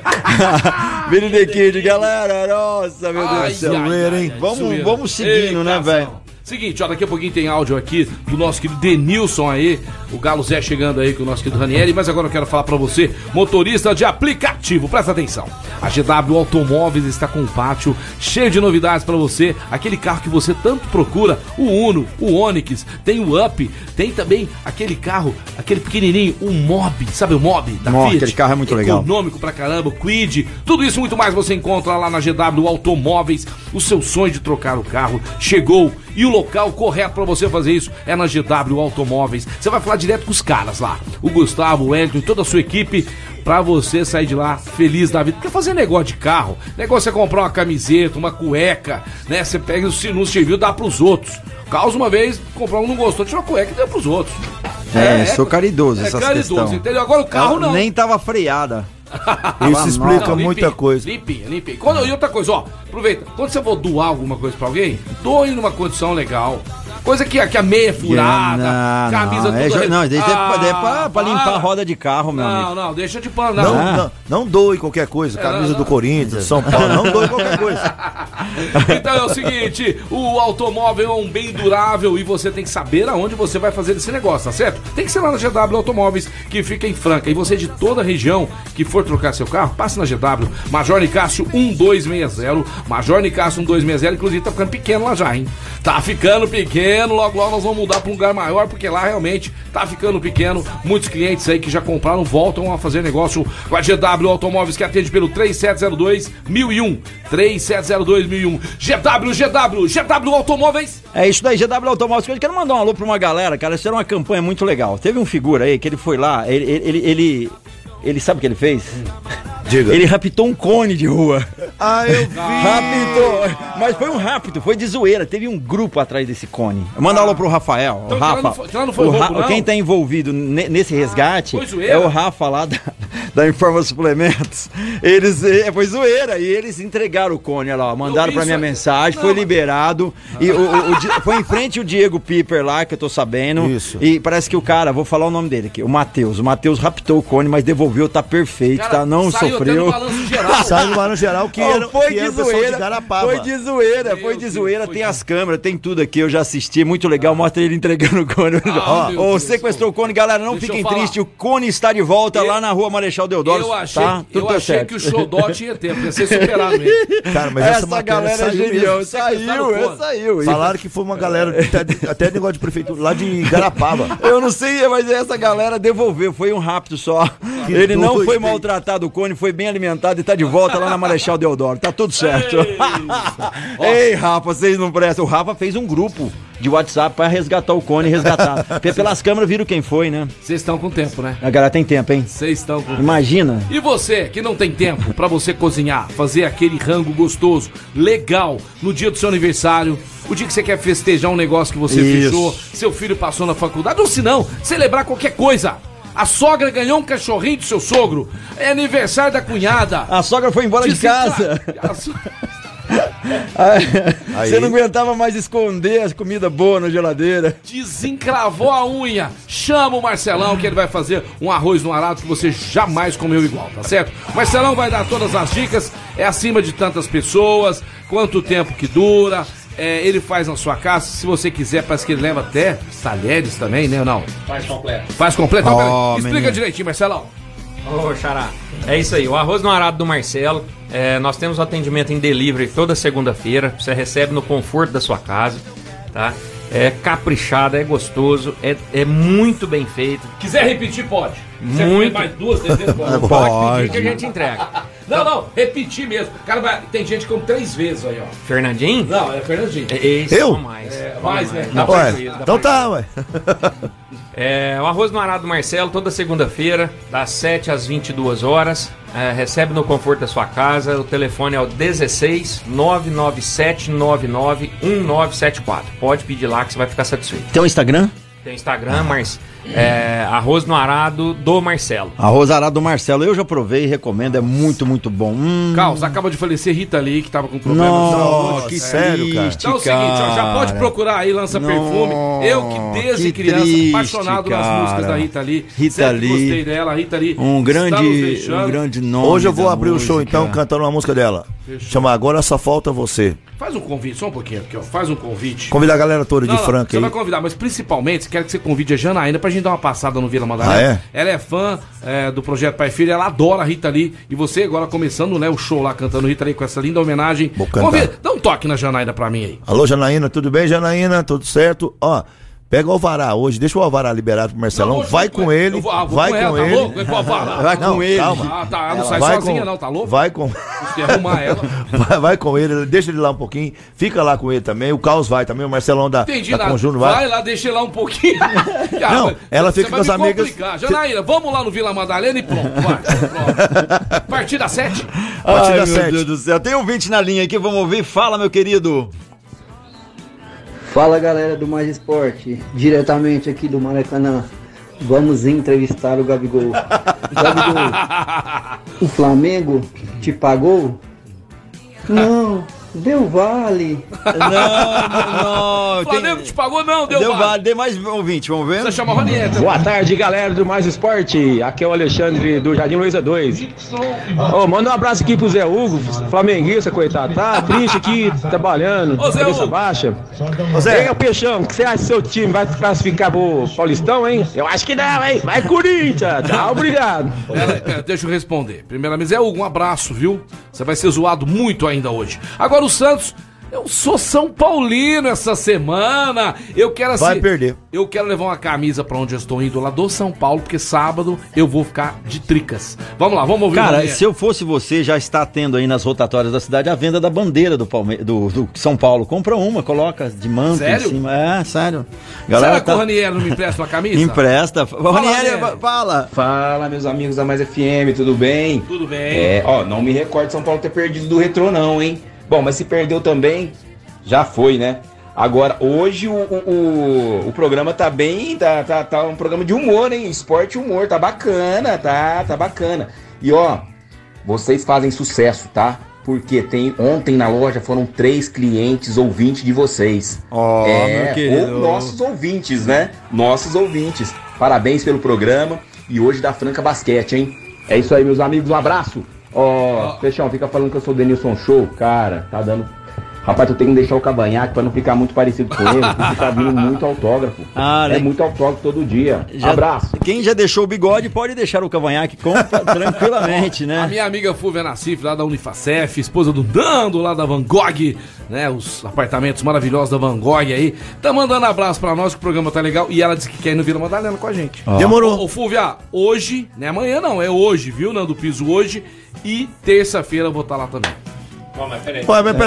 [SPEAKER 2] Billy the Kid, galera. Nossa, meu Deus
[SPEAKER 3] Ai,
[SPEAKER 2] do céu.
[SPEAKER 3] ai,
[SPEAKER 4] zoeira,
[SPEAKER 3] ai,
[SPEAKER 4] hein?
[SPEAKER 3] ai,
[SPEAKER 2] Vamos-
[SPEAKER 3] zoeira.
[SPEAKER 2] vamos seguindo,
[SPEAKER 3] Eita,
[SPEAKER 2] né, velho?
[SPEAKER 3] Seguinte, ó, daqui a pouquinho tem áudio aqui do nosso querido Denilson aí, o Galo Zé chegando aí com o nosso querido Ranieri, mas agora eu quero falar pra você, motorista de aplicativo, presta atenção. A GW Automóveis está com um pátio cheio de novidades pra você, aquele carro que você tanto procura, o Uno, o Onix, tem o Up, tem também aquele carro, aquele pequenininho, o Mob, sabe o Mob da
[SPEAKER 2] Nossa,
[SPEAKER 3] Fiat?
[SPEAKER 2] aquele carro é muito legal.
[SPEAKER 3] econômico pra caramba, o Quid, tudo isso e muito mais você encontra lá na GW Automóveis. O seu sonho de trocar o carro chegou e o local correto pra você fazer isso é na GW Automóveis. Você vai falar de direto com os caras lá. O Gustavo, o Elton e toda a sua equipe. Pra você sair de lá feliz da vida. Porque fazer negócio de carro, negócio é comprar uma camiseta, uma cueca, né? Você pega o sinus civil e dá pros outros. Causa uma vez, comprar um não gostou, tirou a cueca e deu pros outros.
[SPEAKER 2] É, sou caridoso
[SPEAKER 3] é
[SPEAKER 2] essas
[SPEAKER 3] caridoso,
[SPEAKER 2] questões.
[SPEAKER 3] entendeu? Agora o carro
[SPEAKER 2] Ela
[SPEAKER 3] não.
[SPEAKER 2] Nem tava freada.
[SPEAKER 4] Isso explica
[SPEAKER 3] Não,
[SPEAKER 4] muita
[SPEAKER 3] limpinho,
[SPEAKER 4] coisa.
[SPEAKER 3] Limpinho, limpinho. Quando, e outra coisa, ó, aproveita. Quando você for doar alguma coisa pra alguém, doe numa condição legal. Coisa que, a- que a meia furada,
[SPEAKER 2] não,
[SPEAKER 3] camisa
[SPEAKER 2] não, é,
[SPEAKER 3] toda.
[SPEAKER 2] jo- não, isso daí é pra-
[SPEAKER 3] Ah,
[SPEAKER 2] daí é pra, pra limpar a
[SPEAKER 3] para.
[SPEAKER 2] roda de carro, meu amigo.
[SPEAKER 3] Não, não, deixa de pano.
[SPEAKER 4] Não,
[SPEAKER 3] Não.
[SPEAKER 4] não, não doe qualquer coisa. Camisa do Corinthians, São Paulo, não doe qualquer coisa.
[SPEAKER 3] Então é o seguinte: o automóvel é um bem durável e você tem que saber aonde você vai fazer esse negócio, tá certo? Tem que ser lá na GW Automóveis, que fica em Franca. E você é de toda a região que for trocar seu carro, passe na GW. Major Nicásio 1260. Major Nicásio 1260, inclusive tá ficando pequeno lá já, hein? Tá ficando pequeno, logo logo nós vamos mudar para um lugar maior, porque lá realmente tá ficando pequeno. Muitos clientes aí que já compraram voltam a fazer negócio com a GW Automóveis, que atende pelo 3702-1001. 3702-1001. GW, GW, GW Automóveis.
[SPEAKER 2] É isso daí, GW Automóveis. Eu quero mandar um alô pra uma galera, cara. Isso era uma campanha muito legal. Teve um figura aí que ele foi lá, ele. ele, ele, ele- ele sabe o que ele fez?
[SPEAKER 4] Diga.
[SPEAKER 2] Ele raptou um cone de rua.
[SPEAKER 4] Ah, eu
[SPEAKER 2] Raptou! Mas foi um rápido, foi de zoeira. Teve um grupo atrás desse cone. Manda alô pro Rafael.
[SPEAKER 3] Então,
[SPEAKER 2] o
[SPEAKER 3] aquilo
[SPEAKER 2] Rafa.
[SPEAKER 3] não foi- aquilo não foi
[SPEAKER 2] o
[SPEAKER 3] roubo, não? Ah,
[SPEAKER 2] Quem tá envolvido ne- nesse resgate
[SPEAKER 3] foi zoeira?
[SPEAKER 2] é o Rafa lá da, da Informa Suplementos. Eles. é, Foi zoeira. E eles entregaram o cone, olha lá. Mandaram
[SPEAKER 3] vi
[SPEAKER 2] pra minha
[SPEAKER 3] isso aí.
[SPEAKER 2] mensagem, foi liberado. E o, o- o Di- foi em frente o Diego Piper lá, que eu tô sabendo.
[SPEAKER 4] Isso.
[SPEAKER 2] E parece que o cara, vou falar o nome dele aqui, o Matheus. O Matheus raptou o cone, mas devolveu, tá perfeito, tá? Não
[SPEAKER 3] saiu até no
[SPEAKER 2] sofreu.
[SPEAKER 3] balanço geral.
[SPEAKER 4] Sai no ar no geral que
[SPEAKER 2] Oh,
[SPEAKER 4] era,
[SPEAKER 2] foi,
[SPEAKER 4] que era
[SPEAKER 2] de
[SPEAKER 4] o pessoal de
[SPEAKER 2] zoeira,
[SPEAKER 4] Garapava.
[SPEAKER 2] foi de zoeira,
[SPEAKER 3] Meu
[SPEAKER 2] foi de
[SPEAKER 3] Deus,
[SPEAKER 2] zoeira.
[SPEAKER 3] foi
[SPEAKER 2] Tem
[SPEAKER 3] de-
[SPEAKER 2] as câmeras, tem tudo aqui. Eu já assisti, muito legal. Mostra ele entregando o cone.
[SPEAKER 3] Ah, meu
[SPEAKER 2] Ó, Ou
[SPEAKER 3] Deus,
[SPEAKER 2] sequestrou o cone, galera. Não
[SPEAKER 3] Deixa eu
[SPEAKER 2] fiquem
[SPEAKER 3] falar.
[SPEAKER 2] tristes. O cone está de volta
[SPEAKER 3] Eu-
[SPEAKER 2] lá na rua Marechal Deodoro.
[SPEAKER 3] Eu achei,
[SPEAKER 2] tá?
[SPEAKER 3] eu
[SPEAKER 2] tá
[SPEAKER 3] achei
[SPEAKER 2] certo.
[SPEAKER 3] que o Xodó tinha tempo, ia ser superado mesmo.
[SPEAKER 4] Cara, mas essa,
[SPEAKER 2] essa
[SPEAKER 4] matéria
[SPEAKER 2] galera é
[SPEAKER 4] saiu mesmo.
[SPEAKER 2] genial.
[SPEAKER 3] Sequestraram o
[SPEAKER 2] Saiu,
[SPEAKER 3] cone.
[SPEAKER 2] é, saiu.
[SPEAKER 4] Falaram que foi uma galera, de- até, até negócio de prefeitura, lá de Garapava.
[SPEAKER 2] Eu não sei, mas essa galera devolveu. Foi um rápido só.
[SPEAKER 4] Que
[SPEAKER 2] Ele não
[SPEAKER 4] doido,
[SPEAKER 2] foi
[SPEAKER 4] hein?
[SPEAKER 2] maltratado, o Cone foi bem alimentado e tá de volta lá na Marechal Deodoro. Tá tudo certo. Ei, Rafa, vocês não prestam. O Rafa fez um grupo de WhatsApp pra resgatar o Cone e resgatar. Porque pelas câmeras viram quem foi, né?
[SPEAKER 3] Vocês estão com tempo, né?
[SPEAKER 2] A galera tem tempo, hein?
[SPEAKER 3] Vocês estão com
[SPEAKER 2] Imagina.
[SPEAKER 3] E você que não tem tempo pra você cozinhar, fazer aquele rango gostoso, legal, no dia do seu aniversário, o dia que você quer festejar um negócio que você
[SPEAKER 2] Isso.
[SPEAKER 3] fechou, seu filho passou na faculdade, ou se não, celebrar qualquer coisa. A sogra ganhou um cachorrinho do seu sogro, é aniversário da cunhada.
[SPEAKER 2] A sogra foi embora Ah, de casa.
[SPEAKER 3] A so-
[SPEAKER 4] Aí.
[SPEAKER 2] Você não aguentava mais esconder as comidas boas na geladeira.
[SPEAKER 3] Desencravou a unha. Chama o Marcelão que ele vai fazer um arroz no arado que você jamais comeu igual, tá certo? Marcelão vai dar todas as dicas. É acima de tantas pessoas, quanto tempo que dura. é, ele faz na sua casa. Se você quiser, parece que ele leva até talheres também, né? ou Não. Faz completo. Faz completo. Então,
[SPEAKER 2] Ó,
[SPEAKER 3] peraí, Explica
[SPEAKER 2] menino.
[SPEAKER 3] direitinho, Marcelão.
[SPEAKER 5] Ô, Xará, é isso aí. O arroz no arado do Marcelo. É, nós temos atendimento em delivery toda segunda-feira. Você recebe no conforto da sua casa, tá? É caprichado, é gostoso, é, é muito bem feito.
[SPEAKER 3] Quiser repetir, pode. Quiser
[SPEAKER 5] Muito.
[SPEAKER 3] comer mais duas, três
[SPEAKER 2] É
[SPEAKER 3] vezes, pode.
[SPEAKER 5] Pode pedir que a gente entrega.
[SPEAKER 3] Não, não, repetir mesmo. O Cara, vai- tem gente que come três vezes aí, ó.
[SPEAKER 5] Fernandinho?
[SPEAKER 3] Não, é Fernandinho.
[SPEAKER 5] É, isso,
[SPEAKER 4] Eu?
[SPEAKER 5] não mais.
[SPEAKER 3] É,
[SPEAKER 5] Não
[SPEAKER 3] mais, né?
[SPEAKER 5] Não,
[SPEAKER 4] Ué,
[SPEAKER 5] tranquilo, dá
[SPEAKER 4] então
[SPEAKER 5] pra-
[SPEAKER 4] tá, ué.
[SPEAKER 5] É, o arroz no arado do Marcelo, toda segunda-feira, das 7 às 22 horas. É, recebe no conforto da sua casa. O telefone é o 16 997 99 1974. Pode pedir lá que você vai ficar satisfeito.
[SPEAKER 2] Tem um Instagram?
[SPEAKER 5] Tem o Instagram, mas é, arroz no arado do Marcelo.
[SPEAKER 2] Arroz arado do Marcelo. Eu já provei, recomendo. É muito, muito bom. Hum.
[SPEAKER 3] Carlos, acaba de falecer Rita Lee, que tava com problemas.
[SPEAKER 2] Nossa,
[SPEAKER 4] Nossa,
[SPEAKER 2] que
[SPEAKER 4] sério,
[SPEAKER 2] sério,
[SPEAKER 4] cara.
[SPEAKER 2] cara.
[SPEAKER 3] Então é o seguinte, ó, já pode procurar aí, lança
[SPEAKER 2] Não,
[SPEAKER 3] perfume. Eu que desde
[SPEAKER 2] que
[SPEAKER 3] criança,
[SPEAKER 2] triste,
[SPEAKER 3] apaixonado nas
[SPEAKER 2] cara.
[SPEAKER 3] músicas da Rita Lee.
[SPEAKER 2] Rita
[SPEAKER 3] Sempre
[SPEAKER 2] Lee.
[SPEAKER 3] Gostei dela, Rita Lee.
[SPEAKER 2] Um
[SPEAKER 3] está nos
[SPEAKER 2] grande,
[SPEAKER 3] deixando.
[SPEAKER 2] um grande nome.
[SPEAKER 4] Hoje eu vou
[SPEAKER 2] da
[SPEAKER 4] abrir o show
[SPEAKER 2] música.
[SPEAKER 4] então cantando uma música dela. Chama Agora Só Falta Você.
[SPEAKER 3] Faz um convite, só um pouquinho aqui, ó. Faz um convite.
[SPEAKER 4] Convidar a galera toda de
[SPEAKER 3] Não, não,
[SPEAKER 4] Franca
[SPEAKER 3] você vai
[SPEAKER 4] aí.
[SPEAKER 3] convidar, mas principalmente quero que você convide a Janaína pra gente dar uma passada no Vila Madalena.
[SPEAKER 4] Ah, é?
[SPEAKER 3] Ela é fã é, do Projeto Pai e Filho, ela adora a Rita Lee. E você agora começando né, o show lá cantando Rita Lee com essa linda homenagem.
[SPEAKER 4] Vou cantar.
[SPEAKER 3] dá um toque na Janaína pra mim aí.
[SPEAKER 4] Alô, Janaína, tudo bem, Janaína? Tudo certo? Ó, pega o Alvará hoje, deixa o Alvará liberado pro Marcelão.
[SPEAKER 3] Não, vou
[SPEAKER 4] vai
[SPEAKER 3] junto
[SPEAKER 4] com ele,
[SPEAKER 3] Eu vou- ah, vou
[SPEAKER 4] vai
[SPEAKER 3] ela,
[SPEAKER 4] com
[SPEAKER 3] tá
[SPEAKER 4] ele.
[SPEAKER 3] louco? Eu vou falar.
[SPEAKER 2] Vai com
[SPEAKER 4] Não,
[SPEAKER 2] ele.
[SPEAKER 4] calma.
[SPEAKER 3] Ah, tá, ela não sai
[SPEAKER 4] vai
[SPEAKER 3] sozinha
[SPEAKER 4] com,
[SPEAKER 3] não, tá louco?
[SPEAKER 4] Vai com...
[SPEAKER 3] Se arrumar ela.
[SPEAKER 4] Vai, vai com ele, deixa ele lá um pouquinho, fica lá com ele também. O Caos vai também, o Marcelão da,
[SPEAKER 3] Entendi
[SPEAKER 4] da
[SPEAKER 3] nada.
[SPEAKER 4] Conjunto
[SPEAKER 3] vai.
[SPEAKER 4] vai.
[SPEAKER 3] lá, deixa lá um pouquinho.
[SPEAKER 4] Não,
[SPEAKER 3] Ah,
[SPEAKER 4] ela
[SPEAKER 3] você
[SPEAKER 4] fica
[SPEAKER 3] vai
[SPEAKER 4] com as
[SPEAKER 3] me
[SPEAKER 4] amigas-
[SPEAKER 3] complicar. Janaína, vamos lá no Vila Madalena e pronto. Vai, pronto. Partida 7.
[SPEAKER 4] Partida
[SPEAKER 2] Ai, meu
[SPEAKER 4] sete.
[SPEAKER 2] Deus do céu. Tem ouvinte na linha aqui, vamos ouvir. Fala, meu querido.
[SPEAKER 10] Fala galera do Mais Esporte, diretamente aqui do Maracanã. Vamos entrevistar o Gabigol. Gabigol, o Flamengo te pagou? Não, deu vale.
[SPEAKER 2] Não, não,
[SPEAKER 3] Flamengo te pagou? Não, deu,
[SPEAKER 2] Deu
[SPEAKER 3] vale.
[SPEAKER 2] vale. Dê mais ouvinte, vamos ver?
[SPEAKER 3] Você chama a Ronieta.
[SPEAKER 11] Boa tarde, galera do Mais Esporte. Aqui é o Alexandre do Jardim Luiza 2. Ô, manda um abraço aqui pro Zé Hugo, flamenguista, coitado. Tá triste aqui, trabalhando,
[SPEAKER 3] Ô, Zé
[SPEAKER 11] cabeça
[SPEAKER 3] Hugo.
[SPEAKER 11] baixa.
[SPEAKER 4] Ô,
[SPEAKER 11] Ei,
[SPEAKER 4] Zé,
[SPEAKER 11] ô, Peixão, o que você acha do seu time? Vai classificar pro Paulistão, hein? Eu acho que não, hein? Vai, Corinthians. Tá, obrigado.
[SPEAKER 3] Pera, pera, é, deixa eu responder. Primeiramente, Zé Hugo, um abraço, viu? Você vai ser zoado muito ainda hoje. Agora o Santos, eu sou São Paulino essa semana. Eu quero assim.
[SPEAKER 4] Vai perder.
[SPEAKER 3] Eu quero levar uma camisa pra onde eu estou indo, lá do São Paulo, porque sábado eu vou ficar de tricas. Vamos lá, vamos ouvir o
[SPEAKER 2] Cara,
[SPEAKER 3] Ranieri.
[SPEAKER 2] se eu fosse você, já está tendo aí nas rotatórias da cidade a venda da bandeira do, Palme... do, do São Paulo. Compra uma, coloca de manto
[SPEAKER 3] Sério?
[SPEAKER 2] em cima. É, sério.
[SPEAKER 3] Será
[SPEAKER 2] Galera,
[SPEAKER 3] que o é
[SPEAKER 2] tá...
[SPEAKER 3] Ranieri não me empresta uma camisa?
[SPEAKER 2] empresta. Ranieri,
[SPEAKER 3] Ranieri.
[SPEAKER 2] fala.
[SPEAKER 11] Fala, meus amigos da Mais FM, tudo bem?
[SPEAKER 3] Tudo bem.
[SPEAKER 11] É, ó, não me recordo São Paulo ter perdido do retrô, não, hein? Bom, mas se perdeu também, já foi, né? Agora, hoje o, o, o- o programa tá bem. Tá, tá, tá um programa de humor, hein? Esporte e humor, tá bacana, tá, tá bacana. E ó, vocês fazem sucesso, tá? Porque tem ontem na loja foram três clientes ouvintes de vocês.
[SPEAKER 2] Ó,
[SPEAKER 11] é,
[SPEAKER 2] meu querido.
[SPEAKER 11] ou nossos ouvintes, né? Nossos ouvintes. Parabéns pelo programa e hoje da Franca Basquete, hein? É isso aí, meus amigos. Um abraço. Ó, Peixão, fica falando que eu sou o Denilson Show. Cara, tá dando. Rapaz, eu tenho que deixar o cavanhaque pra não ficar muito parecido com ele, porque tá vindo muito autógrafo.
[SPEAKER 2] Ah,
[SPEAKER 11] é
[SPEAKER 2] né?
[SPEAKER 11] muito autógrafo todo dia.
[SPEAKER 2] Já-
[SPEAKER 11] Abraço.
[SPEAKER 2] Quem já deixou o bigode pode deixar o cavanhaque com... tranquilamente,
[SPEAKER 3] A
[SPEAKER 2] né?
[SPEAKER 3] minha amiga Fúvia Nassif, lá da Unifacef, esposa do Dando, lá da Van Gogh, né? Os apartamentos maravilhosos da Van Gogh aí. Tá mandando abraço pra nós, que o programa tá legal. E ela disse que quer ir no Vila Madalena com a gente.
[SPEAKER 2] Ah.
[SPEAKER 3] Ô,
[SPEAKER 4] Ah. demorou.
[SPEAKER 3] ô, Fúvia, hoje, não é amanhã não, é hoje, viu, Nando Piso, hoje. E terça-feira eu vou estar lá também.
[SPEAKER 4] Pô, mas peraí,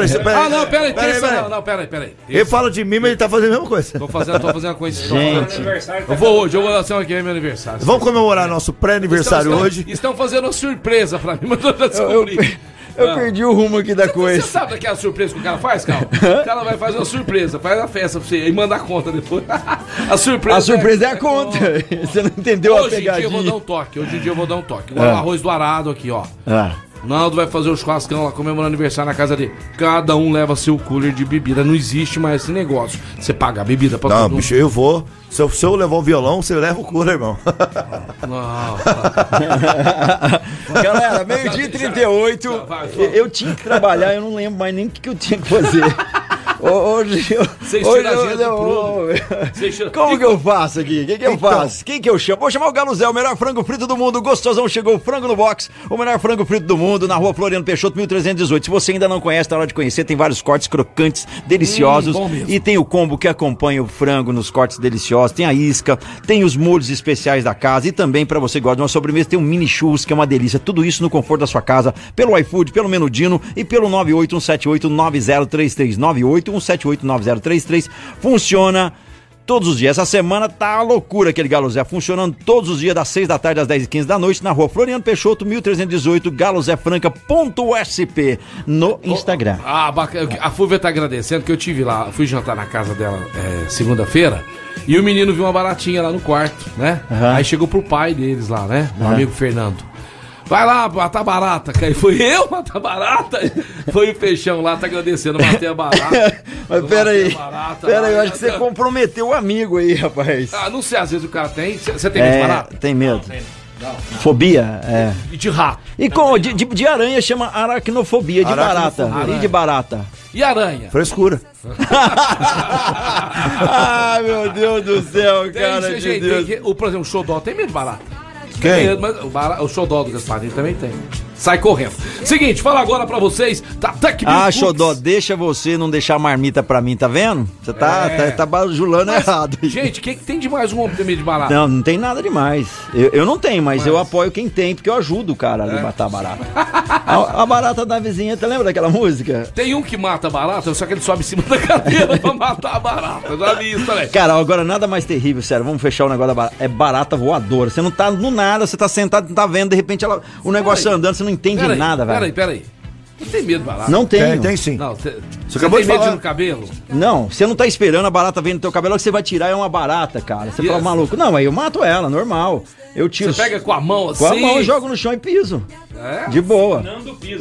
[SPEAKER 4] você- peraí.
[SPEAKER 3] Ah, não, peraí,
[SPEAKER 4] Peraí,
[SPEAKER 3] terça
[SPEAKER 4] peraí.
[SPEAKER 3] não, não, peraí, peraí. Terça.
[SPEAKER 4] Ele fala de mim, mas ele tá fazendo a mesma coisa.
[SPEAKER 3] Tô fazendo, tô fazendo uma coisa.
[SPEAKER 2] Gente.
[SPEAKER 3] Eu vou hoje, eu vou lançar aqui, é meu aniversário. Então,
[SPEAKER 4] Vamos comemorar nosso pré-aniversário
[SPEAKER 3] Estão-
[SPEAKER 4] hoje.
[SPEAKER 3] Estão fazendo uma surpresa pra mim, mas eu já descobri.
[SPEAKER 2] Eu
[SPEAKER 3] Ah.
[SPEAKER 2] perdi o rumo aqui da
[SPEAKER 3] Você
[SPEAKER 2] coisa.
[SPEAKER 3] sabe daquela surpresa que o cara faz, Cal? O cara vai fazer uma surpresa, faz a festa pra você e manda a conta depois. A surpresa,
[SPEAKER 2] A surpresa é
[SPEAKER 3] né?
[SPEAKER 2] a conta. Você não entendeu a
[SPEAKER 3] Hoje em dia eu vou
[SPEAKER 2] pegadinha.
[SPEAKER 3] dar
[SPEAKER 2] É.
[SPEAKER 3] um toque, hoje em dia eu vou dar um toque. Igual o arroz do arado aqui, ó.
[SPEAKER 2] Ah.
[SPEAKER 3] Naldo vai fazer o churrascão lá, comemorando aniversário na casa dele. Cada um leva seu cooler de bebida. Não existe mais esse negócio. Você paga a bebida pra
[SPEAKER 4] Não,
[SPEAKER 3] todo
[SPEAKER 4] bicho, eu vou. Se eu, se eu levar o violão, você leva o cooler, irmão.
[SPEAKER 3] mundo. Não.
[SPEAKER 2] Galera, meio-dia e 38.
[SPEAKER 3] Vai, vai.
[SPEAKER 2] Eu tinha que trabalhar, eu não lembro mais nem o que que eu tinha que fazer. Hoje eu.
[SPEAKER 3] Vocês
[SPEAKER 2] hoje
[SPEAKER 3] tiram a agenda
[SPEAKER 2] eu-
[SPEAKER 3] do Bruno.
[SPEAKER 2] eu-
[SPEAKER 3] Vocês tiram-
[SPEAKER 2] Como que eu faço aqui? O que, que eu
[SPEAKER 3] Então-
[SPEAKER 2] faço? Quem que eu chamo? Vou chamar o Galo Zé, o melhor frango frito do mundo. Gostosão chegou, frango no box, o melhor frango frito do mundo, na rua Floriano Peixoto, 1318. Se você ainda não conhece, tá na hora de conhecer. Tem vários cortes crocantes, deliciosos.
[SPEAKER 3] Hum, bom mesmo.
[SPEAKER 2] e tem o combo que acompanha o frango nos cortes deliciosos. Tem a isca, tem os molhos especiais da casa. E também, pra você que gosta de uma sobremesa, tem um mini churros, que é uma delícia. Tudo isso no conforto da sua casa, pelo iFood, pelo Menudino e pelo 981789033. 981789033. Funciona todos os dias. Essa semana tá a loucura aquele Galo Zé, funcionando todos os dias das 6 da tarde às 10 e 15 da noite na rua Floriano Peixoto, 1318, galozéfranca.sp no Instagram.
[SPEAKER 3] Ah, bacana. A Fúvia tá agradecendo que eu tive lá, fui jantar na casa dela é, segunda-feira e o menino viu uma baratinha lá no quarto, né? Aí chegou pro pai deles lá, né? O amigo Fernando. Vai lá, matar barata. Aí foi eu matar barata. Foi o peixão lá, tá agradecendo. Matei a barata.
[SPEAKER 2] Mas pera
[SPEAKER 3] Matei
[SPEAKER 2] aí,
[SPEAKER 3] a barata
[SPEAKER 2] pera
[SPEAKER 3] lá. né?
[SPEAKER 2] aí, eu acho que você comprometeu o amigo aí, rapaz.
[SPEAKER 3] Ah, não sei, às vezes o cara tem. Você tem medo de
[SPEAKER 2] É,
[SPEAKER 3] barata?
[SPEAKER 2] tem medo. Fobia, é.
[SPEAKER 3] E de rato.
[SPEAKER 2] E com, de, de, de aranha chama aracnofobia, de barata. E
[SPEAKER 3] né?
[SPEAKER 2] de barata.
[SPEAKER 3] E aranha?
[SPEAKER 4] Frescura.
[SPEAKER 2] Ai, meu Deus do céu,
[SPEAKER 3] Tem,
[SPEAKER 2] cara.
[SPEAKER 3] gente,
[SPEAKER 2] de
[SPEAKER 3] tem
[SPEAKER 2] Deus.
[SPEAKER 3] que- o, por exemplo, o xodó tem medo de barata.
[SPEAKER 4] Quem?
[SPEAKER 3] Mas o, bara, o xodó do Gasparinho também tem. sai correndo. Seguinte, fala agora pra vocês da Tech Bill
[SPEAKER 2] Ah,
[SPEAKER 3] Cooks.
[SPEAKER 2] Xodó, deixa você não deixar marmita pra mim, tá vendo? Você tá,
[SPEAKER 3] É.
[SPEAKER 2] tá, tá bajulando
[SPEAKER 3] Mas,
[SPEAKER 2] errado.
[SPEAKER 3] Gente, o que, que tem de mais um homem de barato?
[SPEAKER 2] Não, não tem nada demais. Eu, eu não tenho, mas, eu apoio quem tem, porque eu ajudo o
[SPEAKER 3] É.
[SPEAKER 2] cara a matar a barata. a, a barata da vizinhança, lembra daquela música?
[SPEAKER 3] Tem um que mata barata, só que ele sobe em cima da cadeira pra matar a barata. Eu Já vi isso também.
[SPEAKER 2] Cara, agora nada mais terrível, sério. Vamos fechar o negócio da barata. É barata voadora. Você não tá no nada, você tá sentado, não tá vendo, de repente ela, o negócio
[SPEAKER 3] Peraí.
[SPEAKER 2] andando, você não entende
[SPEAKER 3] Peraí,
[SPEAKER 2] nada,
[SPEAKER 3] Peraí,
[SPEAKER 2] velho.
[SPEAKER 3] peraí. Não tem medo de barata.
[SPEAKER 2] Não tenho.
[SPEAKER 4] Tem, tem sim.
[SPEAKER 3] Não, você você
[SPEAKER 4] acabou
[SPEAKER 3] tem
[SPEAKER 4] de
[SPEAKER 3] medo de
[SPEAKER 4] falar.
[SPEAKER 3] ir no cabelo?
[SPEAKER 2] Não, você não tá esperando a barata vir no teu cabelo, a hora que você vai tirar é uma barata, cara. Você
[SPEAKER 3] Yes.
[SPEAKER 2] fala, maluco, não, aí eu mato ela, normal. Eu tiro.
[SPEAKER 3] Você pega com a mão assim?
[SPEAKER 2] Com a mão, eu jogo no chão e piso.
[SPEAKER 3] É?
[SPEAKER 2] De boa.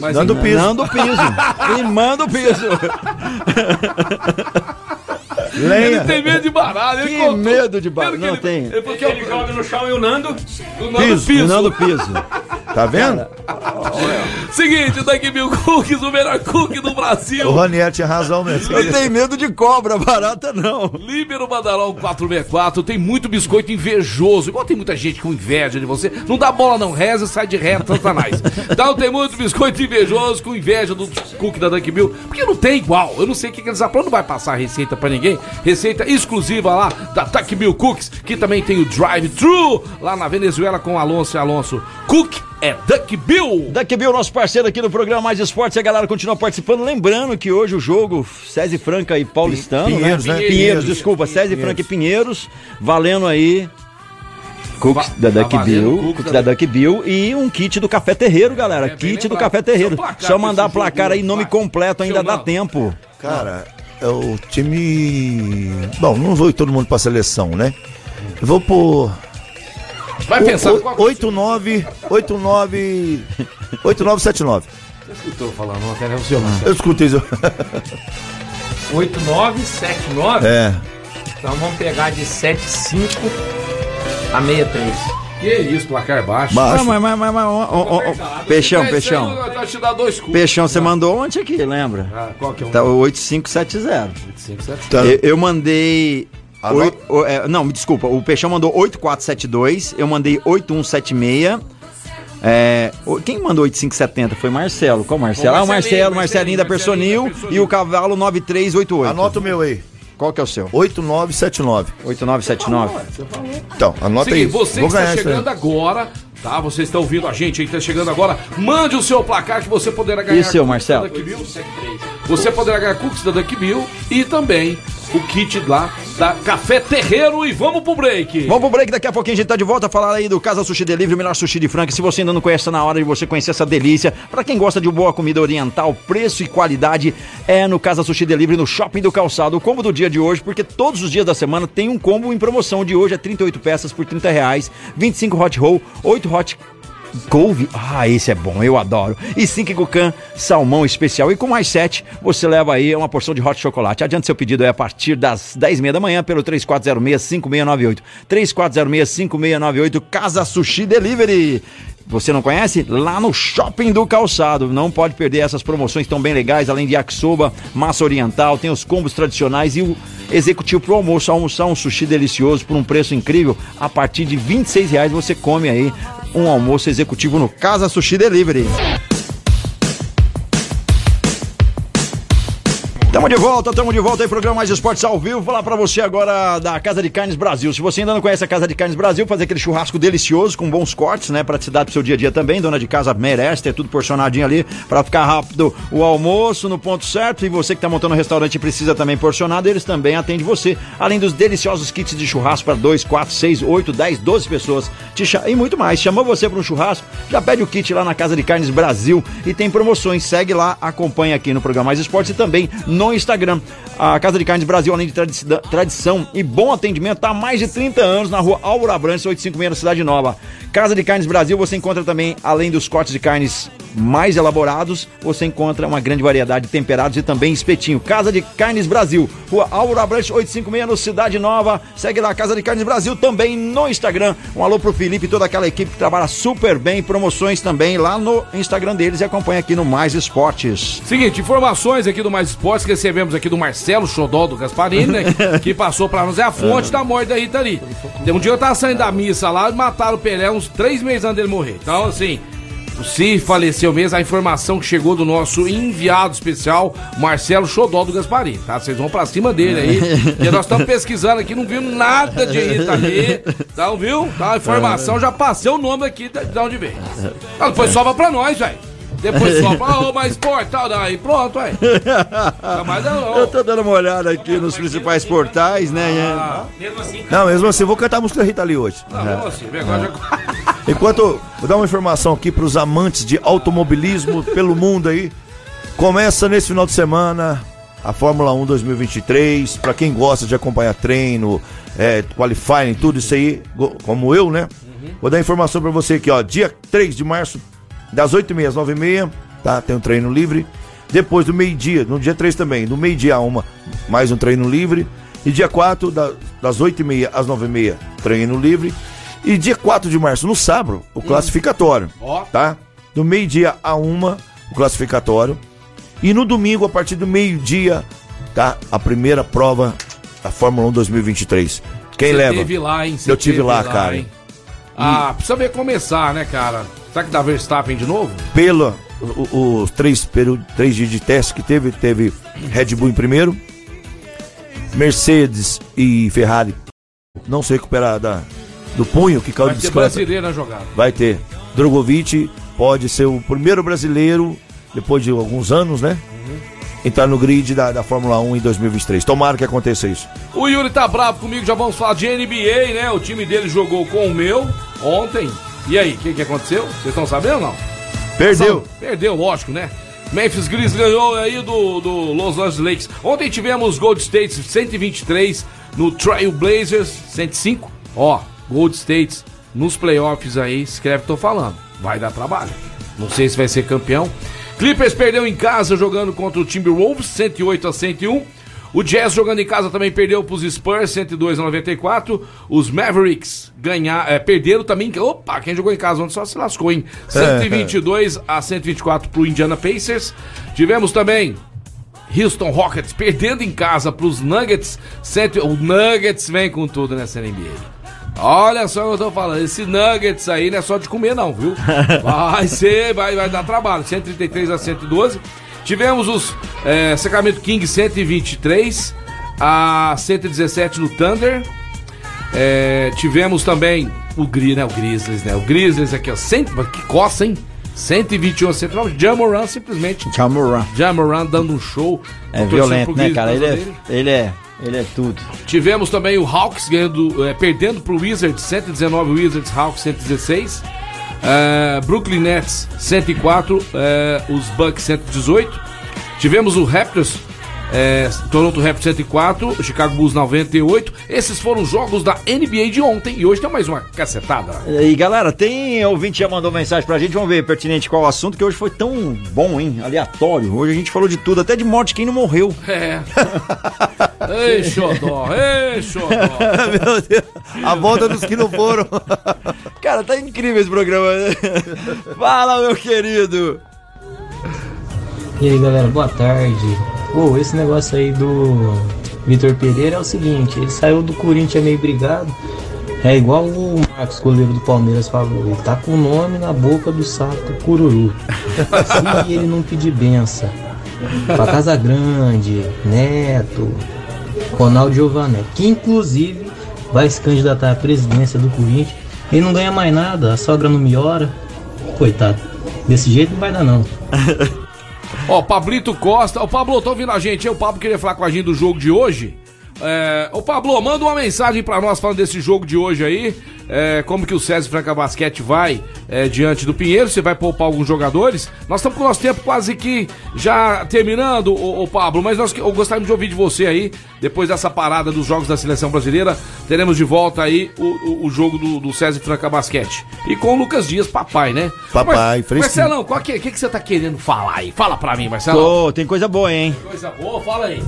[SPEAKER 3] Mas
[SPEAKER 4] Dando piso.
[SPEAKER 2] Dando piso. e manda o piso.
[SPEAKER 3] ele
[SPEAKER 4] Lenha.
[SPEAKER 3] tem medo de barata. Ele
[SPEAKER 2] Que
[SPEAKER 3] contou.
[SPEAKER 2] medo de barata,
[SPEAKER 3] Pelo que
[SPEAKER 2] não
[SPEAKER 3] ele-
[SPEAKER 2] tem.
[SPEAKER 3] É porque ele joga
[SPEAKER 5] no chão e o Nando.
[SPEAKER 3] no piso. piso.
[SPEAKER 2] Nando piso.
[SPEAKER 4] Tá vendo?
[SPEAKER 3] Seguinte, daqui mil cookies, o melhor cookie do Brasil.
[SPEAKER 4] O Raniel tinha razão mesmo.
[SPEAKER 2] Ele tem medo de cobra, barata não.
[SPEAKER 3] Líbero Bandarol 464, tem muito biscoito invejoso, igual tem muita gente com inveja de você. Não dá bola, não, reza e sai de reto, Satanás. Então tem muito biscoito invejoso com inveja do cookie da Dunk Bill, porque não tem igual. Eu não sei o que, que eles aprontam, não vai passar a receita pra ninguém. Receita exclusiva lá da Dunk Bill Cookies, que também tem o drive-thru lá na Venezuela com Alonso e Alonso. Cook é Dunk Bill.
[SPEAKER 2] Daqui Bill, nosso parceiro aqui do programa Mais Esportes, e a galera continua participando. Lembrando que hoje o jogo SESI Franca e Paulistano,
[SPEAKER 4] Pinheiros, né?
[SPEAKER 2] Pinheiros,
[SPEAKER 4] Pinheiros.
[SPEAKER 2] desculpa, SESI Franca e Pinheiros, valendo aí Cooks
[SPEAKER 3] Va-
[SPEAKER 2] da
[SPEAKER 3] tá
[SPEAKER 2] Duck
[SPEAKER 3] valendo
[SPEAKER 2] Bill,
[SPEAKER 3] o Cooks
[SPEAKER 2] Cooks
[SPEAKER 3] da
[SPEAKER 2] da Duck Bill e um kit do Café Terreiro, galera.
[SPEAKER 3] É, bem
[SPEAKER 2] kit do
[SPEAKER 3] lembrado.
[SPEAKER 2] Café Terreiro.
[SPEAKER 3] Só placar
[SPEAKER 2] Só mandar
[SPEAKER 3] desse
[SPEAKER 2] placar
[SPEAKER 3] jogo,
[SPEAKER 2] aí, nome
[SPEAKER 3] vai.
[SPEAKER 2] completo, ainda
[SPEAKER 3] Seu
[SPEAKER 2] dá
[SPEAKER 3] Naldo.
[SPEAKER 2] tempo.
[SPEAKER 4] Cara, é o time. Bom, não vou ir todo mundo pra seleção, né? Eu vou por.
[SPEAKER 3] Vai pensar no qual é
[SPEAKER 4] 89. 89. 8979.
[SPEAKER 3] estou falando, não, até é o seu nome.
[SPEAKER 4] Eu escutei isso.
[SPEAKER 5] 8979.
[SPEAKER 4] É.
[SPEAKER 5] Então vamos pegar de 75 a 63.
[SPEAKER 3] Que isso, placar baixo.
[SPEAKER 2] Ah,
[SPEAKER 4] Baixo.
[SPEAKER 2] mas, mas, mas, mas, ó, ó, ó, ó. Peixão,
[SPEAKER 3] É isso aí,
[SPEAKER 2] peixão.
[SPEAKER 3] eu vou te dar dois cookies.
[SPEAKER 2] Peixão, você mandou ontem aqui, lembra?
[SPEAKER 3] Ah, qual que é o
[SPEAKER 2] Tá, o 8570.
[SPEAKER 4] Tá.
[SPEAKER 2] Eu, eu mandei.
[SPEAKER 4] Alô?
[SPEAKER 2] oi- o- é, não, me desculpa. O Peixão mandou 8472, eu mandei 8176. É, o- quem mandou 8570 foi Marcelo. Qual Marcelo?
[SPEAKER 3] Ô,
[SPEAKER 2] Ah, o Marcelo,
[SPEAKER 3] Marcelinho,
[SPEAKER 2] Marcelinho da
[SPEAKER 3] Marcelinho,
[SPEAKER 2] Personil
[SPEAKER 3] da
[SPEAKER 2] e o cavalo 9388.
[SPEAKER 4] Anota o meu aí.
[SPEAKER 2] Qual que é o seu?
[SPEAKER 4] 8979.
[SPEAKER 2] 8979.
[SPEAKER 4] Então, anota
[SPEAKER 3] Seguinte,
[SPEAKER 4] aí.
[SPEAKER 3] você que está chegando agora, tá? Você está ouvindo a gente aí que está chegando agora, mande o seu placar que você poderá ganhar.
[SPEAKER 2] E o seu,
[SPEAKER 3] cookies
[SPEAKER 2] Marcelo?
[SPEAKER 3] da Duck Bill. Você poderá ganhar cookies da Duck Bill e também o kit lá da Café Terreiro. E vamos pro break.
[SPEAKER 2] Vamos pro break, daqui a pouquinho a gente tá de volta a falar aí do Casa Sushi Delivery, o melhor sushi de Franca. Se você ainda não conhece, tá na hora de você conhecer essa delícia. Pra quem gosta de boa comida oriental, preço e qualidade, é no Casa Sushi Delivery, no Shopping do Calçado. O combo do dia de hoje, porque todos os dias da semana tem um combo em promoção. O de hoje é 38 peças por 30 reais, 25 hot roll, 8 hot Couve, ah, esse é bom, eu adoro. E 5 Gucan, salmão especial. E com mais 7, você leva aí uma porção de hot chocolate. Adianta seu pedido é a partir das 10h30 da manhã pelo 3406-5698. 3406-5698, Casa Sushi Delivery. Você não conhece? Lá no Shopping do Calçado. Não pode perder essas promoções tão bem legais, além de yakisoba, massa oriental, tem os combos tradicionais e o executivo pro almoço. Almoçar um sushi delicioso por um preço incrível. A partir de R$ 26 reais você come aí um almoço executivo no Casa Sushi Delivery. Tamo de volta, tamo de volta aí, programa Mais Esportes ao vivo. Falar pra você agora da Casa de Carnes Brasil. Se você ainda não conhece a Casa de Carnes Brasil, fazer aquele churrasco delicioso com bons cortes, né? Praticidade pro seu dia a dia também. Dona de casa merece ter tudo porcionadinho ali pra ficar rápido o almoço no ponto certo. E você que tá montando um restaurante e precisa também porcionado, eles também atendem você. Além dos deliciosos kits de churrasco pra 2, 4, 6, 8, 10, 12 pessoas. Te cha- E muito mais. Chamou você pra um churrasco, já pede o kit lá na Casa de Carnes Brasil e tem promoções. Segue lá, acompanha aqui no programa Mais Esportes e também no Instagram. A Casa de Carnes Brasil, além de tradici- tradição e bom atendimento, está há mais de 30 anos na rua Aura Branca, 856, na Cidade Nova. Casa de Carnes Brasil, você encontra também, além dos cortes de carnes mais elaborados, você encontra uma grande variedade de temperados e também espetinho. Casa de Carnes Brasil, rua Aura Branca, 856, no Cidade Nova. Segue lá, Casa de Carnes Brasil, também no Instagram. Um alô pro Felipe e toda aquela equipe que trabalha super bem. Promoções também lá no Instagram deles e acompanha aqui no Mais Esportes.
[SPEAKER 3] Seguinte, informações aqui do Mais Esportes que recebemos aqui do Marcelo Xodó do Gasparini, né? que passou pra nós. É a fonte da morte da Rita Lee. Um dia eu tava saindo da missa lá e mataram o Pelé uns três meses antes dele morrer. Então, assim, Se faleceu mesmo, a informação que chegou do nosso enviado especial, Marcelo Xodó do Gasparim, tá? Vocês vão pra cima dele aí. Porque nós estamos pesquisando aqui, não vimos nada de Rita aqui. Não viu? Tá, a informação, já passei o nome aqui de de onde veio. Ah, Depois sobra pra nós, velho. Depois sobra, ah, ô, mas portal, daí pronto, Tá velho. Mas não,
[SPEAKER 2] Eu tô dando uma olhada aqui nos principais portais, né?
[SPEAKER 5] Mesmo assim,
[SPEAKER 4] Não, mesmo assim, eu vou cantar a música da Rita Lee hoje.
[SPEAKER 3] não, não, assim, agora já...
[SPEAKER 4] Enquanto, vou dar uma informação aqui para os amantes de automobilismo pelo mundo aí. Começa nesse final de semana a Fórmula 1 2023. Para quem gosta de acompanhar treino, é, qualifying, tudo isso aí, go- como eu, né? Vou dar informação para você aqui, ó. Dia 3 de março, das 8h30 às 9h30, tá? Tem um treino livre. Depois do meio-dia, no dia 3 também, do meio-dia a uma, mais um treino livre. E dia 4, da- das 8h30 às 9h30, treino livre. E dia 4 de março, no sábado, o classificatório.
[SPEAKER 3] Hum. Ó.
[SPEAKER 4] Tá? Do meio-dia a uma, o classificatório. E no domingo, a partir do meio-dia, tá? A primeira prova da Fórmula 1 2023. Quem
[SPEAKER 3] Você
[SPEAKER 4] leva?
[SPEAKER 3] teve lá, hein? Você
[SPEAKER 4] Eu tive
[SPEAKER 3] teve
[SPEAKER 4] lá, cara.
[SPEAKER 3] hein? Ah, precisa ver começar, né, cara? Será que dá Verstappen de novo?
[SPEAKER 4] Pela o- o- os três, peru- três dias de teste que teve, teve Red Bull em primeiro, Mercedes e Ferrari não se recuperar da, do punho que caiu
[SPEAKER 3] Vai
[SPEAKER 4] de
[SPEAKER 3] ser
[SPEAKER 4] bicicleta.
[SPEAKER 3] brasileiro na jogada.
[SPEAKER 4] Vai ter. Drogovic pode ser o primeiro brasileiro, depois de alguns anos, né? Entrar no grid da, da Fórmula 1 em 2023. Tomara que aconteça isso.
[SPEAKER 3] O Yuri tá bravo comigo, já vamos falar de NBA, né? O time dele jogou com o meu ontem. E aí, o que, que aconteceu? Vocês estão sabendo ou não?
[SPEAKER 4] Perdeu.
[SPEAKER 3] Perdeu, lógico, né? Memphis Grizzlies ganhou aí do, do Los Angeles Lakers. Ontem tivemos Gold State 123 no Trail Blazers 105. Ó, Gold State nos playoffs aí, escreve, tô falando. Vai dar trabalho. Não sei se vai ser campeão. Clippers perdeu em casa jogando contra o Timberwolves 108 a 101. O Jazz jogando em casa também perdeu para os Spurs, 102 a 94. Os Mavericks ganhar, é, perderam também. Opa, quem jogou em casa ontem só se lascou, hein? 122 a 124 para o Indiana Pacers. Tivemos também Houston Rockets perdendo em casa para os Nuggets. Cento... O Nuggets vem com tudo nessa NBA. Olha só o que eu tô falando, esse Nuggets aí não é só de comer não, viu? Vai ser, vai, vai dar trabalho, 133 a 112. Tivemos os eh, Sacramento Kings 123 a 117 no Thunder. É, tivemos também o, Gri, né, o Grizzlies, né? O Grizzlies aqui, ó. Cento, mas que coça, hein? 121 a 109. Jamoran simplesmente.
[SPEAKER 2] Cameron.
[SPEAKER 3] Jamoran dando um show.
[SPEAKER 7] É
[SPEAKER 3] Torcendo
[SPEAKER 7] violento,
[SPEAKER 3] pro
[SPEAKER 7] né,
[SPEAKER 3] Grizzlies
[SPEAKER 7] cara?
[SPEAKER 3] por
[SPEAKER 7] Ele
[SPEAKER 3] causa
[SPEAKER 7] é,
[SPEAKER 3] dele.
[SPEAKER 7] ele é, ele é tudo.
[SPEAKER 3] Tivemos também o Hawks ganhando, eh, perdendo pro Wizards, 119 Wizards, Hawks 116. Eh, Brooklyn Nets 104, eh, os Bucks 118. Tivemos o Raptors, eh, Toronto Raptors 104, Chicago Bulls 98. Esses foram os jogos da NBA de ontem e hoje tem mais uma cacetada.
[SPEAKER 7] É.
[SPEAKER 2] E galera, tem ouvinte que já mandou mensagem pra gente, vamos ver pertinente qual o assunto, que hoje foi tão bom, hein? Aleatório. Hoje a gente falou de tudo, até de morte de quem não morreu.
[SPEAKER 3] É. ei, Xodó, ei, Xodó.
[SPEAKER 4] Meu Deus. A volta dos que não foram.
[SPEAKER 2] Cara, tá incrível esse programa. Fala, meu querido.
[SPEAKER 12] E aí galera, boa tarde. Ô, esse negócio aí do Vitor Pereira é o seguinte, ele saiu do Corinthians meio brigado. É igual o Marcos, goleiro do Palmeiras, falou. Ele tá com o nome na boca do sapo cururu. Se ele não pedir benção pra Casa Grande, Neto, Ronaldo Giovanni, que inclusive vai se candidatar à presidência do Corinthians, ele não ganha mais nada, a sogra não melhora. Coitado, desse jeito não vai dar não.
[SPEAKER 3] Ó, Pablito Costa. Ô, Pablo, tô ouvindo a gente. hein? O Pablo queria falar com a gente do jogo de hoje. É, ô, Pablo, manda uma mensagem pra nós falando desse jogo de hoje aí. É, como que o César Franca Basquete vai é, diante do Pinheiro? Você vai poupar alguns jogadores? Nós estamos com o nosso tempo quase que já terminando, ô, ô, Pablo, mas nós que- eu gostaríamos de ouvir de você aí, depois dessa parada dos jogos da seleção brasileira, teremos de volta aí o, o- o jogo do, do César Franca Basquete. E com o Lucas Dias, papai, né?
[SPEAKER 4] Papai,
[SPEAKER 3] Mar-
[SPEAKER 4] fresquinho.
[SPEAKER 3] Marcelão, o que, que, que você tá querendo falar aí? Fala pra mim, Marcelo.
[SPEAKER 2] Ô, tem coisa boa, hein?
[SPEAKER 3] Coisa boa, fala aí.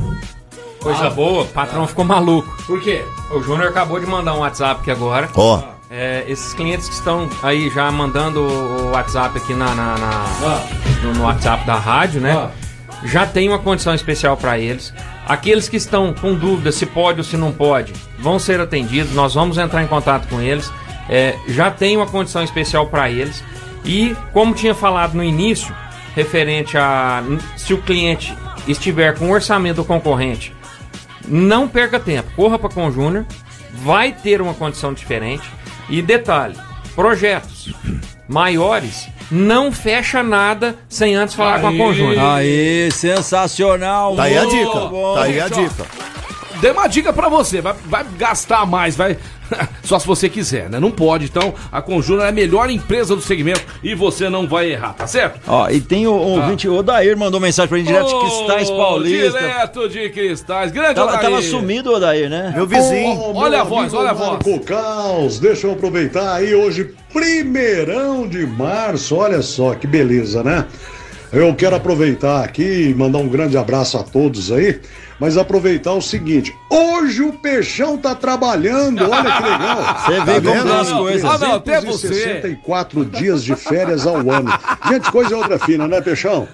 [SPEAKER 5] coisa boa, Ah, o patrão ficou maluco.
[SPEAKER 3] Por quê?
[SPEAKER 5] O Júnior acabou de mandar um WhatsApp aqui agora.
[SPEAKER 4] Ó,
[SPEAKER 5] É, esses clientes que estão aí já mandando o WhatsApp aqui na, na- na- no, no WhatsApp da rádio, né? Já tem uma condição especial para eles. Aqueles que estão com dúvida se pode ou se não pode, vão ser atendidos. Nós vamos entrar em contato com eles. É, já tem uma condição especial para eles. E, como tinha falado no início, referente a se o cliente estiver com o orçamento do concorrente, não perca tempo, corra para com o Júnior, vai ter uma condição diferente. E detalhe, projetos maiores não fecha nada sem antes falar com a
[SPEAKER 3] Aí.
[SPEAKER 5] Conjúnior.
[SPEAKER 7] Aí, sensacional.
[SPEAKER 4] Tá aí a
[SPEAKER 7] muito
[SPEAKER 4] dica.
[SPEAKER 7] bom.
[SPEAKER 4] Tá aí a dica.
[SPEAKER 3] Dei uma dica pra você, vai, vai gastar mais, vai. Só se você quiser, né? Não pode, então a Conjura é a melhor empresa do segmento e você não vai errar, tá certo?
[SPEAKER 7] Ó, e tem o o ouvinte, o Odair mandou mensagem pra gente direto de
[SPEAKER 3] Ô,
[SPEAKER 7] Cristais Paulista.
[SPEAKER 3] Direto de Cristais, grande
[SPEAKER 7] Tava,
[SPEAKER 3] Odair.
[SPEAKER 7] tava sumido o Odair, né?
[SPEAKER 4] Meu vizinho.
[SPEAKER 3] Olha a voz, olha a voz.
[SPEAKER 13] Caos, deixa eu aproveitar aí hoje, primeirão de março, olha só que beleza, né? Eu quero aproveitar aqui e mandar um grande abraço a todos aí, mas aproveitar o seguinte, hoje o Peixão tá trabalhando, olha que legal.
[SPEAKER 7] Você vê como
[SPEAKER 13] vendo?
[SPEAKER 7] tá as coisas.
[SPEAKER 3] Ah, não, até você.
[SPEAKER 13] 364 dias de férias ao ano. Gente, coisa é outra fina, né, Peixão?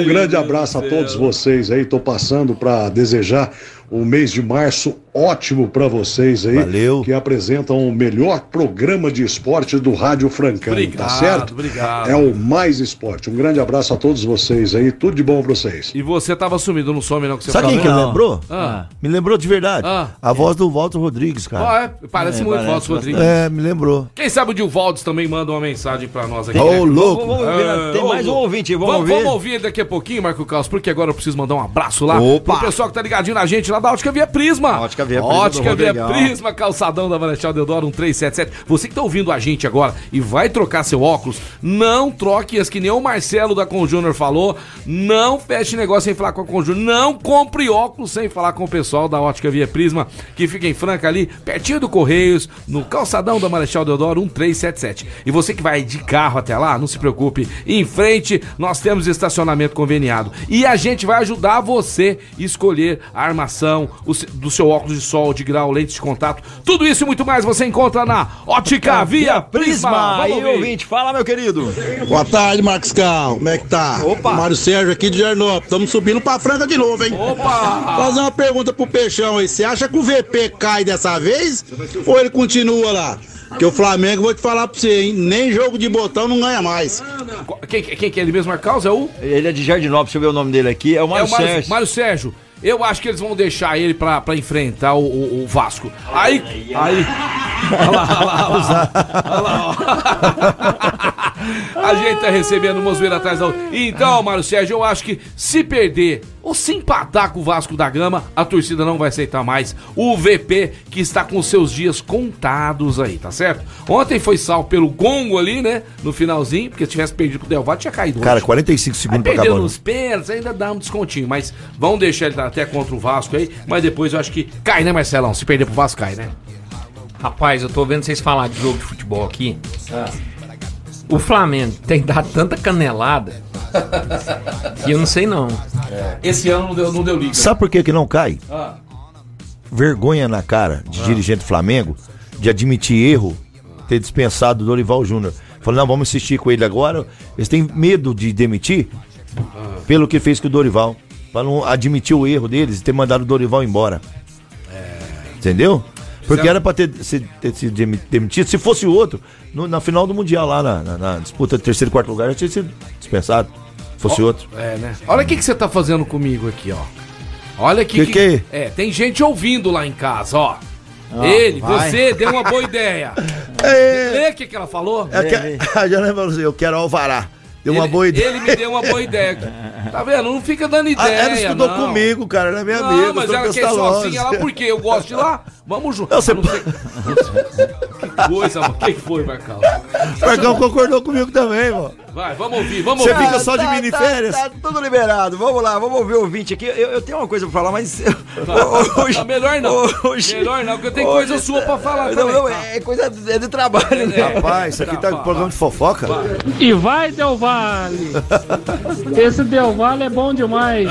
[SPEAKER 13] um grande abraço a todos vocês aí. Tô passando para desejar um mês de março ótimo para vocês aí.
[SPEAKER 4] Valeu.
[SPEAKER 13] Que apresentam o melhor programa de esporte do Rádio Francano, tá
[SPEAKER 3] Obrigado,
[SPEAKER 13] certo?
[SPEAKER 3] obrigado.
[SPEAKER 13] É o Mais Esporte. Um grande abraço a todos vocês aí. Tudo de bom para vocês.
[SPEAKER 3] E você tava sumido, não some não que você
[SPEAKER 4] Sabe quem que
[SPEAKER 3] né?
[SPEAKER 4] me lembrou?
[SPEAKER 3] Ah.
[SPEAKER 4] Me lembrou de verdade.
[SPEAKER 3] Ah.
[SPEAKER 4] A voz do Walter Rodrigues, cara.
[SPEAKER 3] Ó, é, parece muito
[SPEAKER 7] Ah. parece
[SPEAKER 3] Valdo Rodrigues.
[SPEAKER 4] É, me lembrou.
[SPEAKER 3] Quem sabe o Divaldes também manda uma mensagem pra nós aqui.
[SPEAKER 4] Ô,
[SPEAKER 3] né?
[SPEAKER 4] louco.
[SPEAKER 7] Vamos ouvir, né? Tem
[SPEAKER 3] Ah,
[SPEAKER 7] mais
[SPEAKER 3] ô,
[SPEAKER 7] um ouvinte, vamos,
[SPEAKER 3] Vamos,
[SPEAKER 7] ouvir.
[SPEAKER 3] vamos ouvir daqui a pouquinho, Marco Carlos, porque agora eu preciso mandar um abraço lá
[SPEAKER 4] Opa!
[SPEAKER 3] pro pessoal que tá ligadinho na gente lá da Ótica Via Prisma.
[SPEAKER 7] Ótica Via Prisma do
[SPEAKER 3] Ótica Via
[SPEAKER 7] Rodrigão.
[SPEAKER 3] Prisma, calçadão da Marechal Deodoro 1377. Você que tá ouvindo a gente agora e vai trocar seu óculos, não troque as que nem o Marcelo da Conjunor falou, não feche negócio sem falar com a Conjunor, não compre óculos sem falar com o pessoal da Ótica Via Prisma, que fica em Franca ali, pertinho do Correios, no calçadão da Marechal Deodoro 1377. E você que vai de carro até lá, não se preocupe, em frente nós temos estacionamento conveniado. E a gente vai ajudar você a escolher a armação o se- do seu óculos de sol, de grau, lentes de contato. Tudo isso e muito mais você encontra na Ótica Via Prisma.
[SPEAKER 7] Prisma, Ah, aí
[SPEAKER 3] Ah, Vamos ouvir.
[SPEAKER 7] ouvinte, fala meu querido.
[SPEAKER 8] Boa tarde, Max Cal. Como é que tá?
[SPEAKER 7] Opa.
[SPEAKER 8] Mário Sérgio aqui de Jernópolis. Estamos subindo pra Franca de novo, hein?
[SPEAKER 3] Opa!
[SPEAKER 8] Fazer uma pergunta pro Peixão aí. Você acha que o VP cai dessa vez? Ou ele continua lá? Porque o Flamengo, vou te falar pra você, hein? Nem jogo de botão não ganha mais.
[SPEAKER 3] Quem, quem que é ele mesmo, Marco Carlos? É o,
[SPEAKER 7] Ele é de Jardinópolis, deixa eu ver o nome dele aqui. É o
[SPEAKER 3] é
[SPEAKER 7] Mário
[SPEAKER 3] o Mário,
[SPEAKER 7] Sérgio.
[SPEAKER 3] Mário Sérgio. Eu acho que eles vão deixar ele pra, pra enfrentar o, o- o Vasco. Aí. Aí. Olha lá, olha lá, olha lá. Olha lá, ó. A gente tá recebendo uma zoeira atrás da outra. Então, Mário Sérgio, eu acho que se perder ou se empatar com o Vasco da Gama, a torcida não vai aceitar mais o VP que está com seus dias contados aí, tá certo? Ontem foi salvo pelo Gongo ali, né? No finalzinho, porque se tivesse perdido pro Delvato, tinha caído.
[SPEAKER 4] Cara,
[SPEAKER 3] hoje.
[SPEAKER 4] 45
[SPEAKER 3] Aí
[SPEAKER 4] segundos pra acabar.
[SPEAKER 3] perdeu
[SPEAKER 4] né?
[SPEAKER 3] nos pênaltis, ainda dá um descontinho, mas vão deixar ele até contra o Vasco aí, mas depois eu acho que cai, né, Marcelão? Se perder pro Vasco, cai, né?
[SPEAKER 5] Rapaz, eu tô vendo vocês falar de jogo de futebol aqui. O Flamengo tem dado tanta canelada que eu não sei não.
[SPEAKER 3] Esse ano não deu, não deu liga.
[SPEAKER 4] Sabe por que que não cai?
[SPEAKER 3] Ah.
[SPEAKER 4] Vergonha na cara de dirigente do Flamengo de admitir erro, ter dispensado o Dorival Júnior. Falou, não, vamos insistir com ele agora. Eles têm medo de demitir pelo que fez com o Dorival. Pra não admitir o erro deles e ter mandado o Dorival embora. Entendeu? Porque era pra ter, se- ter sido demi- demitido. Se fosse outro, no- na final do Mundial lá, na, na- na disputa de terceiro e quarto lugar, já tinha sido dispensado. Se fosse outro.
[SPEAKER 3] É, né? Olha o que, que você tá fazendo comigo aqui, ó. Olha aqui.
[SPEAKER 4] Que que é?
[SPEAKER 3] É, tem gente ouvindo lá em casa, ó. ele, você deu uma boa ideia. Lê o que, que ela falou?
[SPEAKER 4] É que- a Janaína falou assim, eu quero alvará. Deu uma
[SPEAKER 3] ele,
[SPEAKER 4] boa ideia.
[SPEAKER 3] Ele me deu uma boa ideia. Tá vendo? Não fica dando
[SPEAKER 4] Ah,
[SPEAKER 3] ideia.
[SPEAKER 4] ela estudou
[SPEAKER 3] não.
[SPEAKER 4] comigo, cara. Ela é minha
[SPEAKER 3] Não,
[SPEAKER 4] amiga.
[SPEAKER 3] mas
[SPEAKER 4] sou
[SPEAKER 3] ela quer ir
[SPEAKER 4] pestalozzi.
[SPEAKER 3] sozinha lá porque eu gosto de ir lá. Vamos junto.
[SPEAKER 4] Não, você-
[SPEAKER 3] Ah, sei- Que coisa, mano. O que que foi, Marcão?
[SPEAKER 4] O Marcão concordou comigo também, mano.
[SPEAKER 3] Vai, vamos ouvir, vamos
[SPEAKER 4] Você
[SPEAKER 3] ouvir.
[SPEAKER 4] fica só de mini férias?
[SPEAKER 7] Tá, tudo liberado. Vamos lá, vamos ouvir o ouvinte aqui. Eu, eu tenho uma coisa pra falar, mas.
[SPEAKER 3] Tá, tá, melhor não.
[SPEAKER 7] Hoje-
[SPEAKER 3] melhor não, porque tem
[SPEAKER 7] hoje-
[SPEAKER 3] coisa sua pra falar
[SPEAKER 7] Não,
[SPEAKER 3] também.
[SPEAKER 7] não,
[SPEAKER 3] tá?
[SPEAKER 7] é coisa é de trabalho, né?
[SPEAKER 4] Rapaz, isso aqui
[SPEAKER 3] Tá,
[SPEAKER 4] tá com programa de fofoca.
[SPEAKER 12] E vai, Del Valle! Esse Del Valle é bom demais.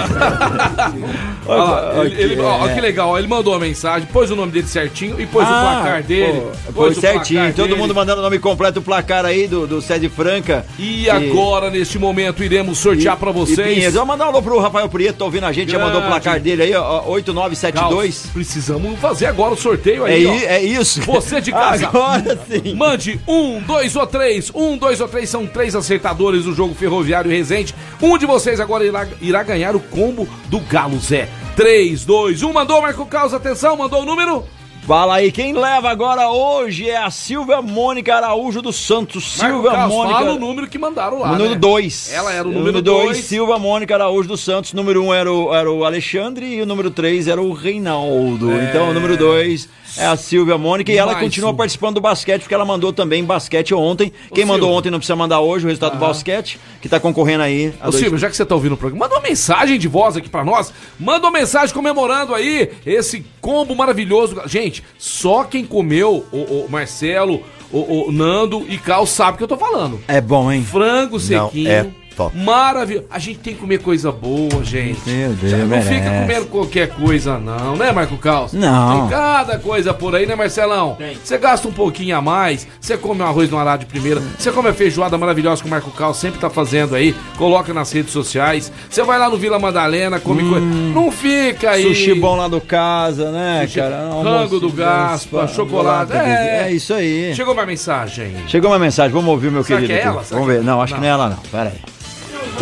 [SPEAKER 3] Olha lá, ele, ele- ó, ó, que legal, ó, ele mandou a mensagem, pôs o nome dele certinho e pôs o
[SPEAKER 2] é
[SPEAKER 3] placar dele.
[SPEAKER 7] Foi
[SPEAKER 3] pôs o placar
[SPEAKER 7] certinho. Todo
[SPEAKER 3] dele.
[SPEAKER 7] mundo mandando o nome completo, o placar aí do, do Sede Franca.
[SPEAKER 3] E agora, neste momento, iremos sortear pra
[SPEAKER 2] E Pinheiros.
[SPEAKER 3] vocês.
[SPEAKER 2] Vamos mandar um alô pro Rafael Prieto, tá ouvindo a gente, já mandou o
[SPEAKER 3] Grande.
[SPEAKER 2] placar dele aí, ó,
[SPEAKER 3] Cal,
[SPEAKER 2] 8972.
[SPEAKER 3] Precisamos fazer agora o sorteio
[SPEAKER 2] É,
[SPEAKER 3] aí, ó.
[SPEAKER 2] i- é isso.
[SPEAKER 3] Você de casa.
[SPEAKER 2] Agora sim.
[SPEAKER 3] Mande um, dois ou três. Um, dois ou três são três acertadores do jogo Ferroviário e Resende. Um de vocês agora irá, irá ganhar o combo do Galo Zé. 3, 2, 1, mandou Marco Caos, atenção, mandou o número.
[SPEAKER 2] Fala aí, quem leva agora hoje é a Silvia Mônica Araújo dos Santos. Silvia
[SPEAKER 3] Marco Caos,
[SPEAKER 2] Mônica.
[SPEAKER 3] fala o número que mandaram lá.
[SPEAKER 2] O número
[SPEAKER 3] né?
[SPEAKER 2] 2.
[SPEAKER 3] Ela era o número
[SPEAKER 2] dois,
[SPEAKER 3] dois.
[SPEAKER 2] Silva Mônica Araújo dos Santos. Número 1 um era, o, era o Alexandre e o número 3 era o Reinaldo.
[SPEAKER 3] É.
[SPEAKER 2] Então, o número 2 é a Silvia Mônica. E ela
[SPEAKER 3] Mais
[SPEAKER 2] continua
[SPEAKER 3] um.
[SPEAKER 2] participando do basquete, porque ela mandou também basquete ontem. Quem mandou
[SPEAKER 3] Silvio.
[SPEAKER 2] ontem não precisa mandar hoje o resultado do basquete, que tá concorrendo aí. a
[SPEAKER 3] Ô,
[SPEAKER 2] dois-
[SPEAKER 3] Silvio, já que você tá ouvindo o programa, manda uma mensagem de voz aqui pra nós. Manda uma mensagem comemorando aí esse combo maravilhoso. Gente, só quem comeu, o, o Marcelo, o, o Nando e Cal sabe o que eu tô falando.
[SPEAKER 2] É bom, hein?
[SPEAKER 3] Frango sequinho.
[SPEAKER 4] é top.
[SPEAKER 3] Maravilhoso. A gente tem que comer coisa boa, gente.
[SPEAKER 2] Meu Deus,
[SPEAKER 3] Já não
[SPEAKER 2] merece.
[SPEAKER 3] fica comendo qualquer coisa, não, né, Marco Caos?
[SPEAKER 2] Não.
[SPEAKER 3] Tem cada coisa por aí, né, Marcelão? Você gasta um pouquinho a mais, você come um arroz no arado de primeira, você come a feijoada maravilhosa que o Marco Caos sempre tá fazendo aí, coloca nas redes sociais, você vai lá no Vila Madalena, come coisa. Não fica aí.
[SPEAKER 2] Hum. Sushi bom lá do casa, né,
[SPEAKER 3] Sushi-
[SPEAKER 2] cara?
[SPEAKER 3] Rango
[SPEAKER 2] Almoço
[SPEAKER 3] do
[SPEAKER 2] de
[SPEAKER 3] Gaspa,
[SPEAKER 2] dança,
[SPEAKER 3] chocolate,
[SPEAKER 2] bolada,
[SPEAKER 3] é.
[SPEAKER 2] É isso aí.
[SPEAKER 3] Chegou minha mensagem.
[SPEAKER 2] Chegou uma mensagem, vamos ouvir, meu
[SPEAKER 3] Será
[SPEAKER 2] querido.
[SPEAKER 3] que é
[SPEAKER 2] aqui.
[SPEAKER 3] ela? Será
[SPEAKER 2] Vamos
[SPEAKER 3] que-
[SPEAKER 2] ver. Não, acho que
[SPEAKER 3] Não.
[SPEAKER 2] não é ela, não. Pera aí.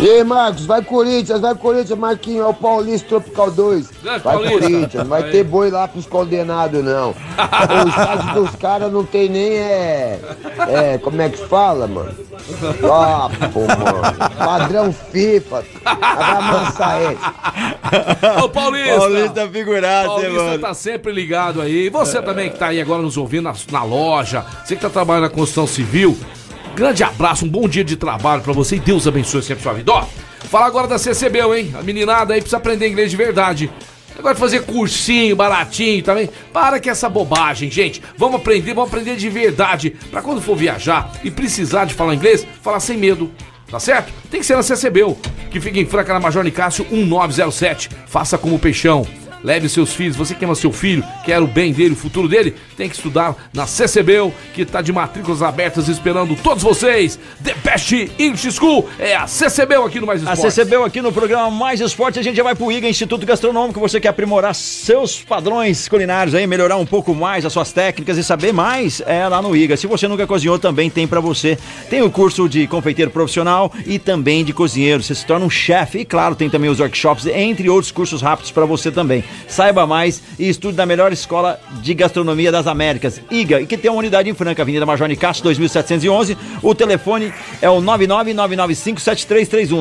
[SPEAKER 8] E aí, Marcos, vai Corinthians, vai Corinthians, Marquinhos, é o Paulista Tropical 2.
[SPEAKER 3] Grande
[SPEAKER 8] Vai
[SPEAKER 3] Paulista.
[SPEAKER 8] Corinthians, não vai
[SPEAKER 3] Aí.
[SPEAKER 8] ter boi lá pros condenados, não. o estádio dos caras não tem nem, é, é, como é que fala, mano? Ah, pô, mano, padrão FIFA, vai amassar ele.
[SPEAKER 3] Ô, Paulista!
[SPEAKER 4] tá
[SPEAKER 2] Paulista figurado, hein,
[SPEAKER 3] Paulista
[SPEAKER 2] mano? É.
[SPEAKER 3] tá sempre ligado aí. E Você também que tá aí agora nos ouvindo na, na loja, você que tá trabalhando na construção civil. Grande abraço, um bom dia de trabalho pra você e Deus abençoe sempre a sua vida. Ó, falar agora da CCBU, hein? A meninada aí precisa aprender inglês de verdade. Agora fazer cursinho baratinho também. Para com essa bobagem, gente. Vamos aprender, vamos aprender de verdade. Pra quando for viajar e precisar de falar inglês, falar sem medo. Tá certo? Tem que ser na CCBU, que fica em Franca, na Major Nicásio 1907. Faça como o Peixão. Leve seus filhos, você que ama seu filho, quer o bem dele, o futuro dele, tem que estudar na CCBU, que tá de matrículas abertas esperando todos vocês. The Best English School é a CCBU aqui no Mais
[SPEAKER 2] A
[SPEAKER 3] Esporte.
[SPEAKER 2] CCBU aqui no programa Mais Esporte, a gente já vai pro IGA, Instituto Gastronômico, você quer aprimorar seus padrões culinários aí, melhorar um pouco mais as suas técnicas e saber mais, é lá no IGA. Se você nunca cozinhou, também tem pra você. Tem o curso de confeiteiro profissional e também de cozinheiro. Você se torna um chefe e claro, tem também os workshops, entre outros cursos rápidos pra você também. Saiba mais e estude na melhor escola de gastronomia das Américas, IGA, e que tem uma unidade em Franca, Avenida Major Nicasso, 2711. O telefone é o 999957331,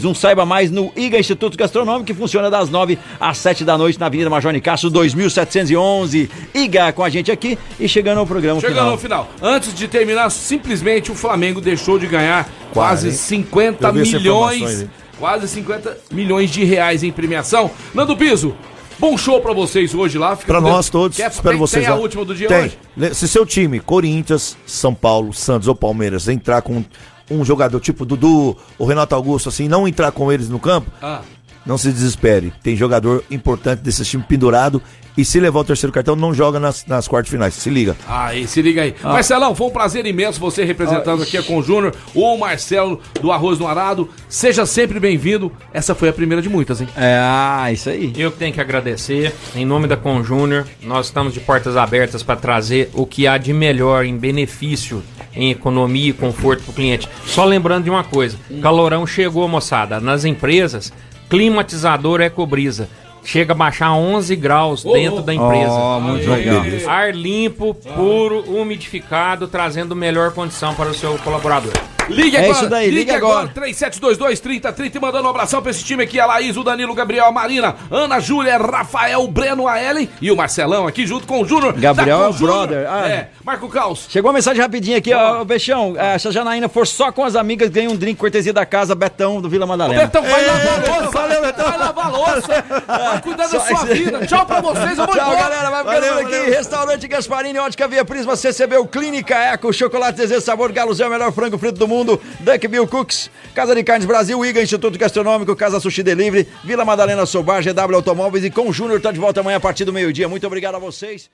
[SPEAKER 2] 999957331. Saiba mais no IGA Instituto Gastronômico, que funciona das 9 às 7 da noite na Avenida Major Nicasso, 2711. IGA com a gente aqui e chegando ao programa
[SPEAKER 3] Chegando
[SPEAKER 2] final.
[SPEAKER 3] ao final. Antes de terminar, simplesmente o Flamengo deixou de ganhar quase
[SPEAKER 4] hein?
[SPEAKER 3] 50
[SPEAKER 4] Eu vi essa
[SPEAKER 3] milhões.
[SPEAKER 4] informação aí.
[SPEAKER 3] Quase 50 milhões de reais em premiação. Nando Piso, bom show pra vocês hoje lá. Fica
[SPEAKER 4] Pra
[SPEAKER 3] com Deus.
[SPEAKER 4] nós todos,
[SPEAKER 3] Quer,
[SPEAKER 4] espero
[SPEAKER 3] tem,
[SPEAKER 4] vocês
[SPEAKER 3] Tem a
[SPEAKER 4] lá.
[SPEAKER 3] última do dia
[SPEAKER 4] Tem.
[SPEAKER 3] hoje?
[SPEAKER 4] Le- Se seu time, Corinthians, São Paulo, Santos ou Palmeiras, entrar com um jogador tipo Dudu ou Renato Augusto, assim, não entrar com eles no campo,
[SPEAKER 3] Ah.
[SPEAKER 4] não se desespere. Tem jogador importante desse time pendurado e se levar o terceiro cartão, não joga nas, nas quartas finais. Se liga.
[SPEAKER 3] ah, Aí, se liga aí.
[SPEAKER 2] Ah.
[SPEAKER 3] Marcelão, foi um prazer imenso você representando aqui a Conjúnior, o Marcelo do Arroz no Arado. Seja sempre bem-vindo. Essa foi a primeira de muitas, hein?
[SPEAKER 2] É, ah, isso aí.
[SPEAKER 5] Eu que tenho que agradecer, em nome da Conjúnior, nós estamos de portas abertas para trazer o que há de melhor em benefício, em economia e conforto para o cliente. Só lembrando de uma coisa: calorão chegou, moçada. Nas empresas, climatizador Ecobrisa. Chega a baixar 11 graus dentro da
[SPEAKER 3] Oh,
[SPEAKER 5] empresa.
[SPEAKER 2] Ó, muito legal.
[SPEAKER 5] Ar limpo, puro, umidificado, trazendo melhor condição para o seu colaborador.
[SPEAKER 3] Ligue
[SPEAKER 2] É
[SPEAKER 3] agora.
[SPEAKER 2] isso daí, ligue agora.
[SPEAKER 3] 3722 3030 e mandando um abração pra esse time aqui. A Laís, o Danilo, o Gabriel, a Marina, Ana Júlia, Rafael, o Breno, a Ellen e o Marcelão aqui junto com o Júnior.
[SPEAKER 2] Gabriel
[SPEAKER 3] da
[SPEAKER 2] é o
[SPEAKER 3] Conjúnior.
[SPEAKER 2] brother. Ah.
[SPEAKER 3] É, Marco Caos.
[SPEAKER 2] Chegou uma mensagem rapidinha aqui, ó, Bechão. Essa Janaína for só com as amigas, ganha um drink cortesia da casa Betão do Vila Madalena.
[SPEAKER 3] Betão, vai lavar a louça. Vai, vai lavar a louça. Vai cuidar da sua vida. Tchau pra vocês. Eu vou
[SPEAKER 2] Tchau,
[SPEAKER 3] embora.
[SPEAKER 2] galera. Vai ficando por aqui. Restaurante Gasparini, Ótica Via Prisma, CCBU, Clínica Eco, Chocolate Desejo Sabor, Galo Zé, o melhor frango frito do mundo, Duck Bill Cooks, Casa de Carnes Brasil, IGA, Instituto Gastronômico, Casa Sushi Delivery, Vila Madalena Sobar, GW Automóveis e Com Júnior tá de volta amanhã a partir do meio-dia. Muito obrigado a vocês.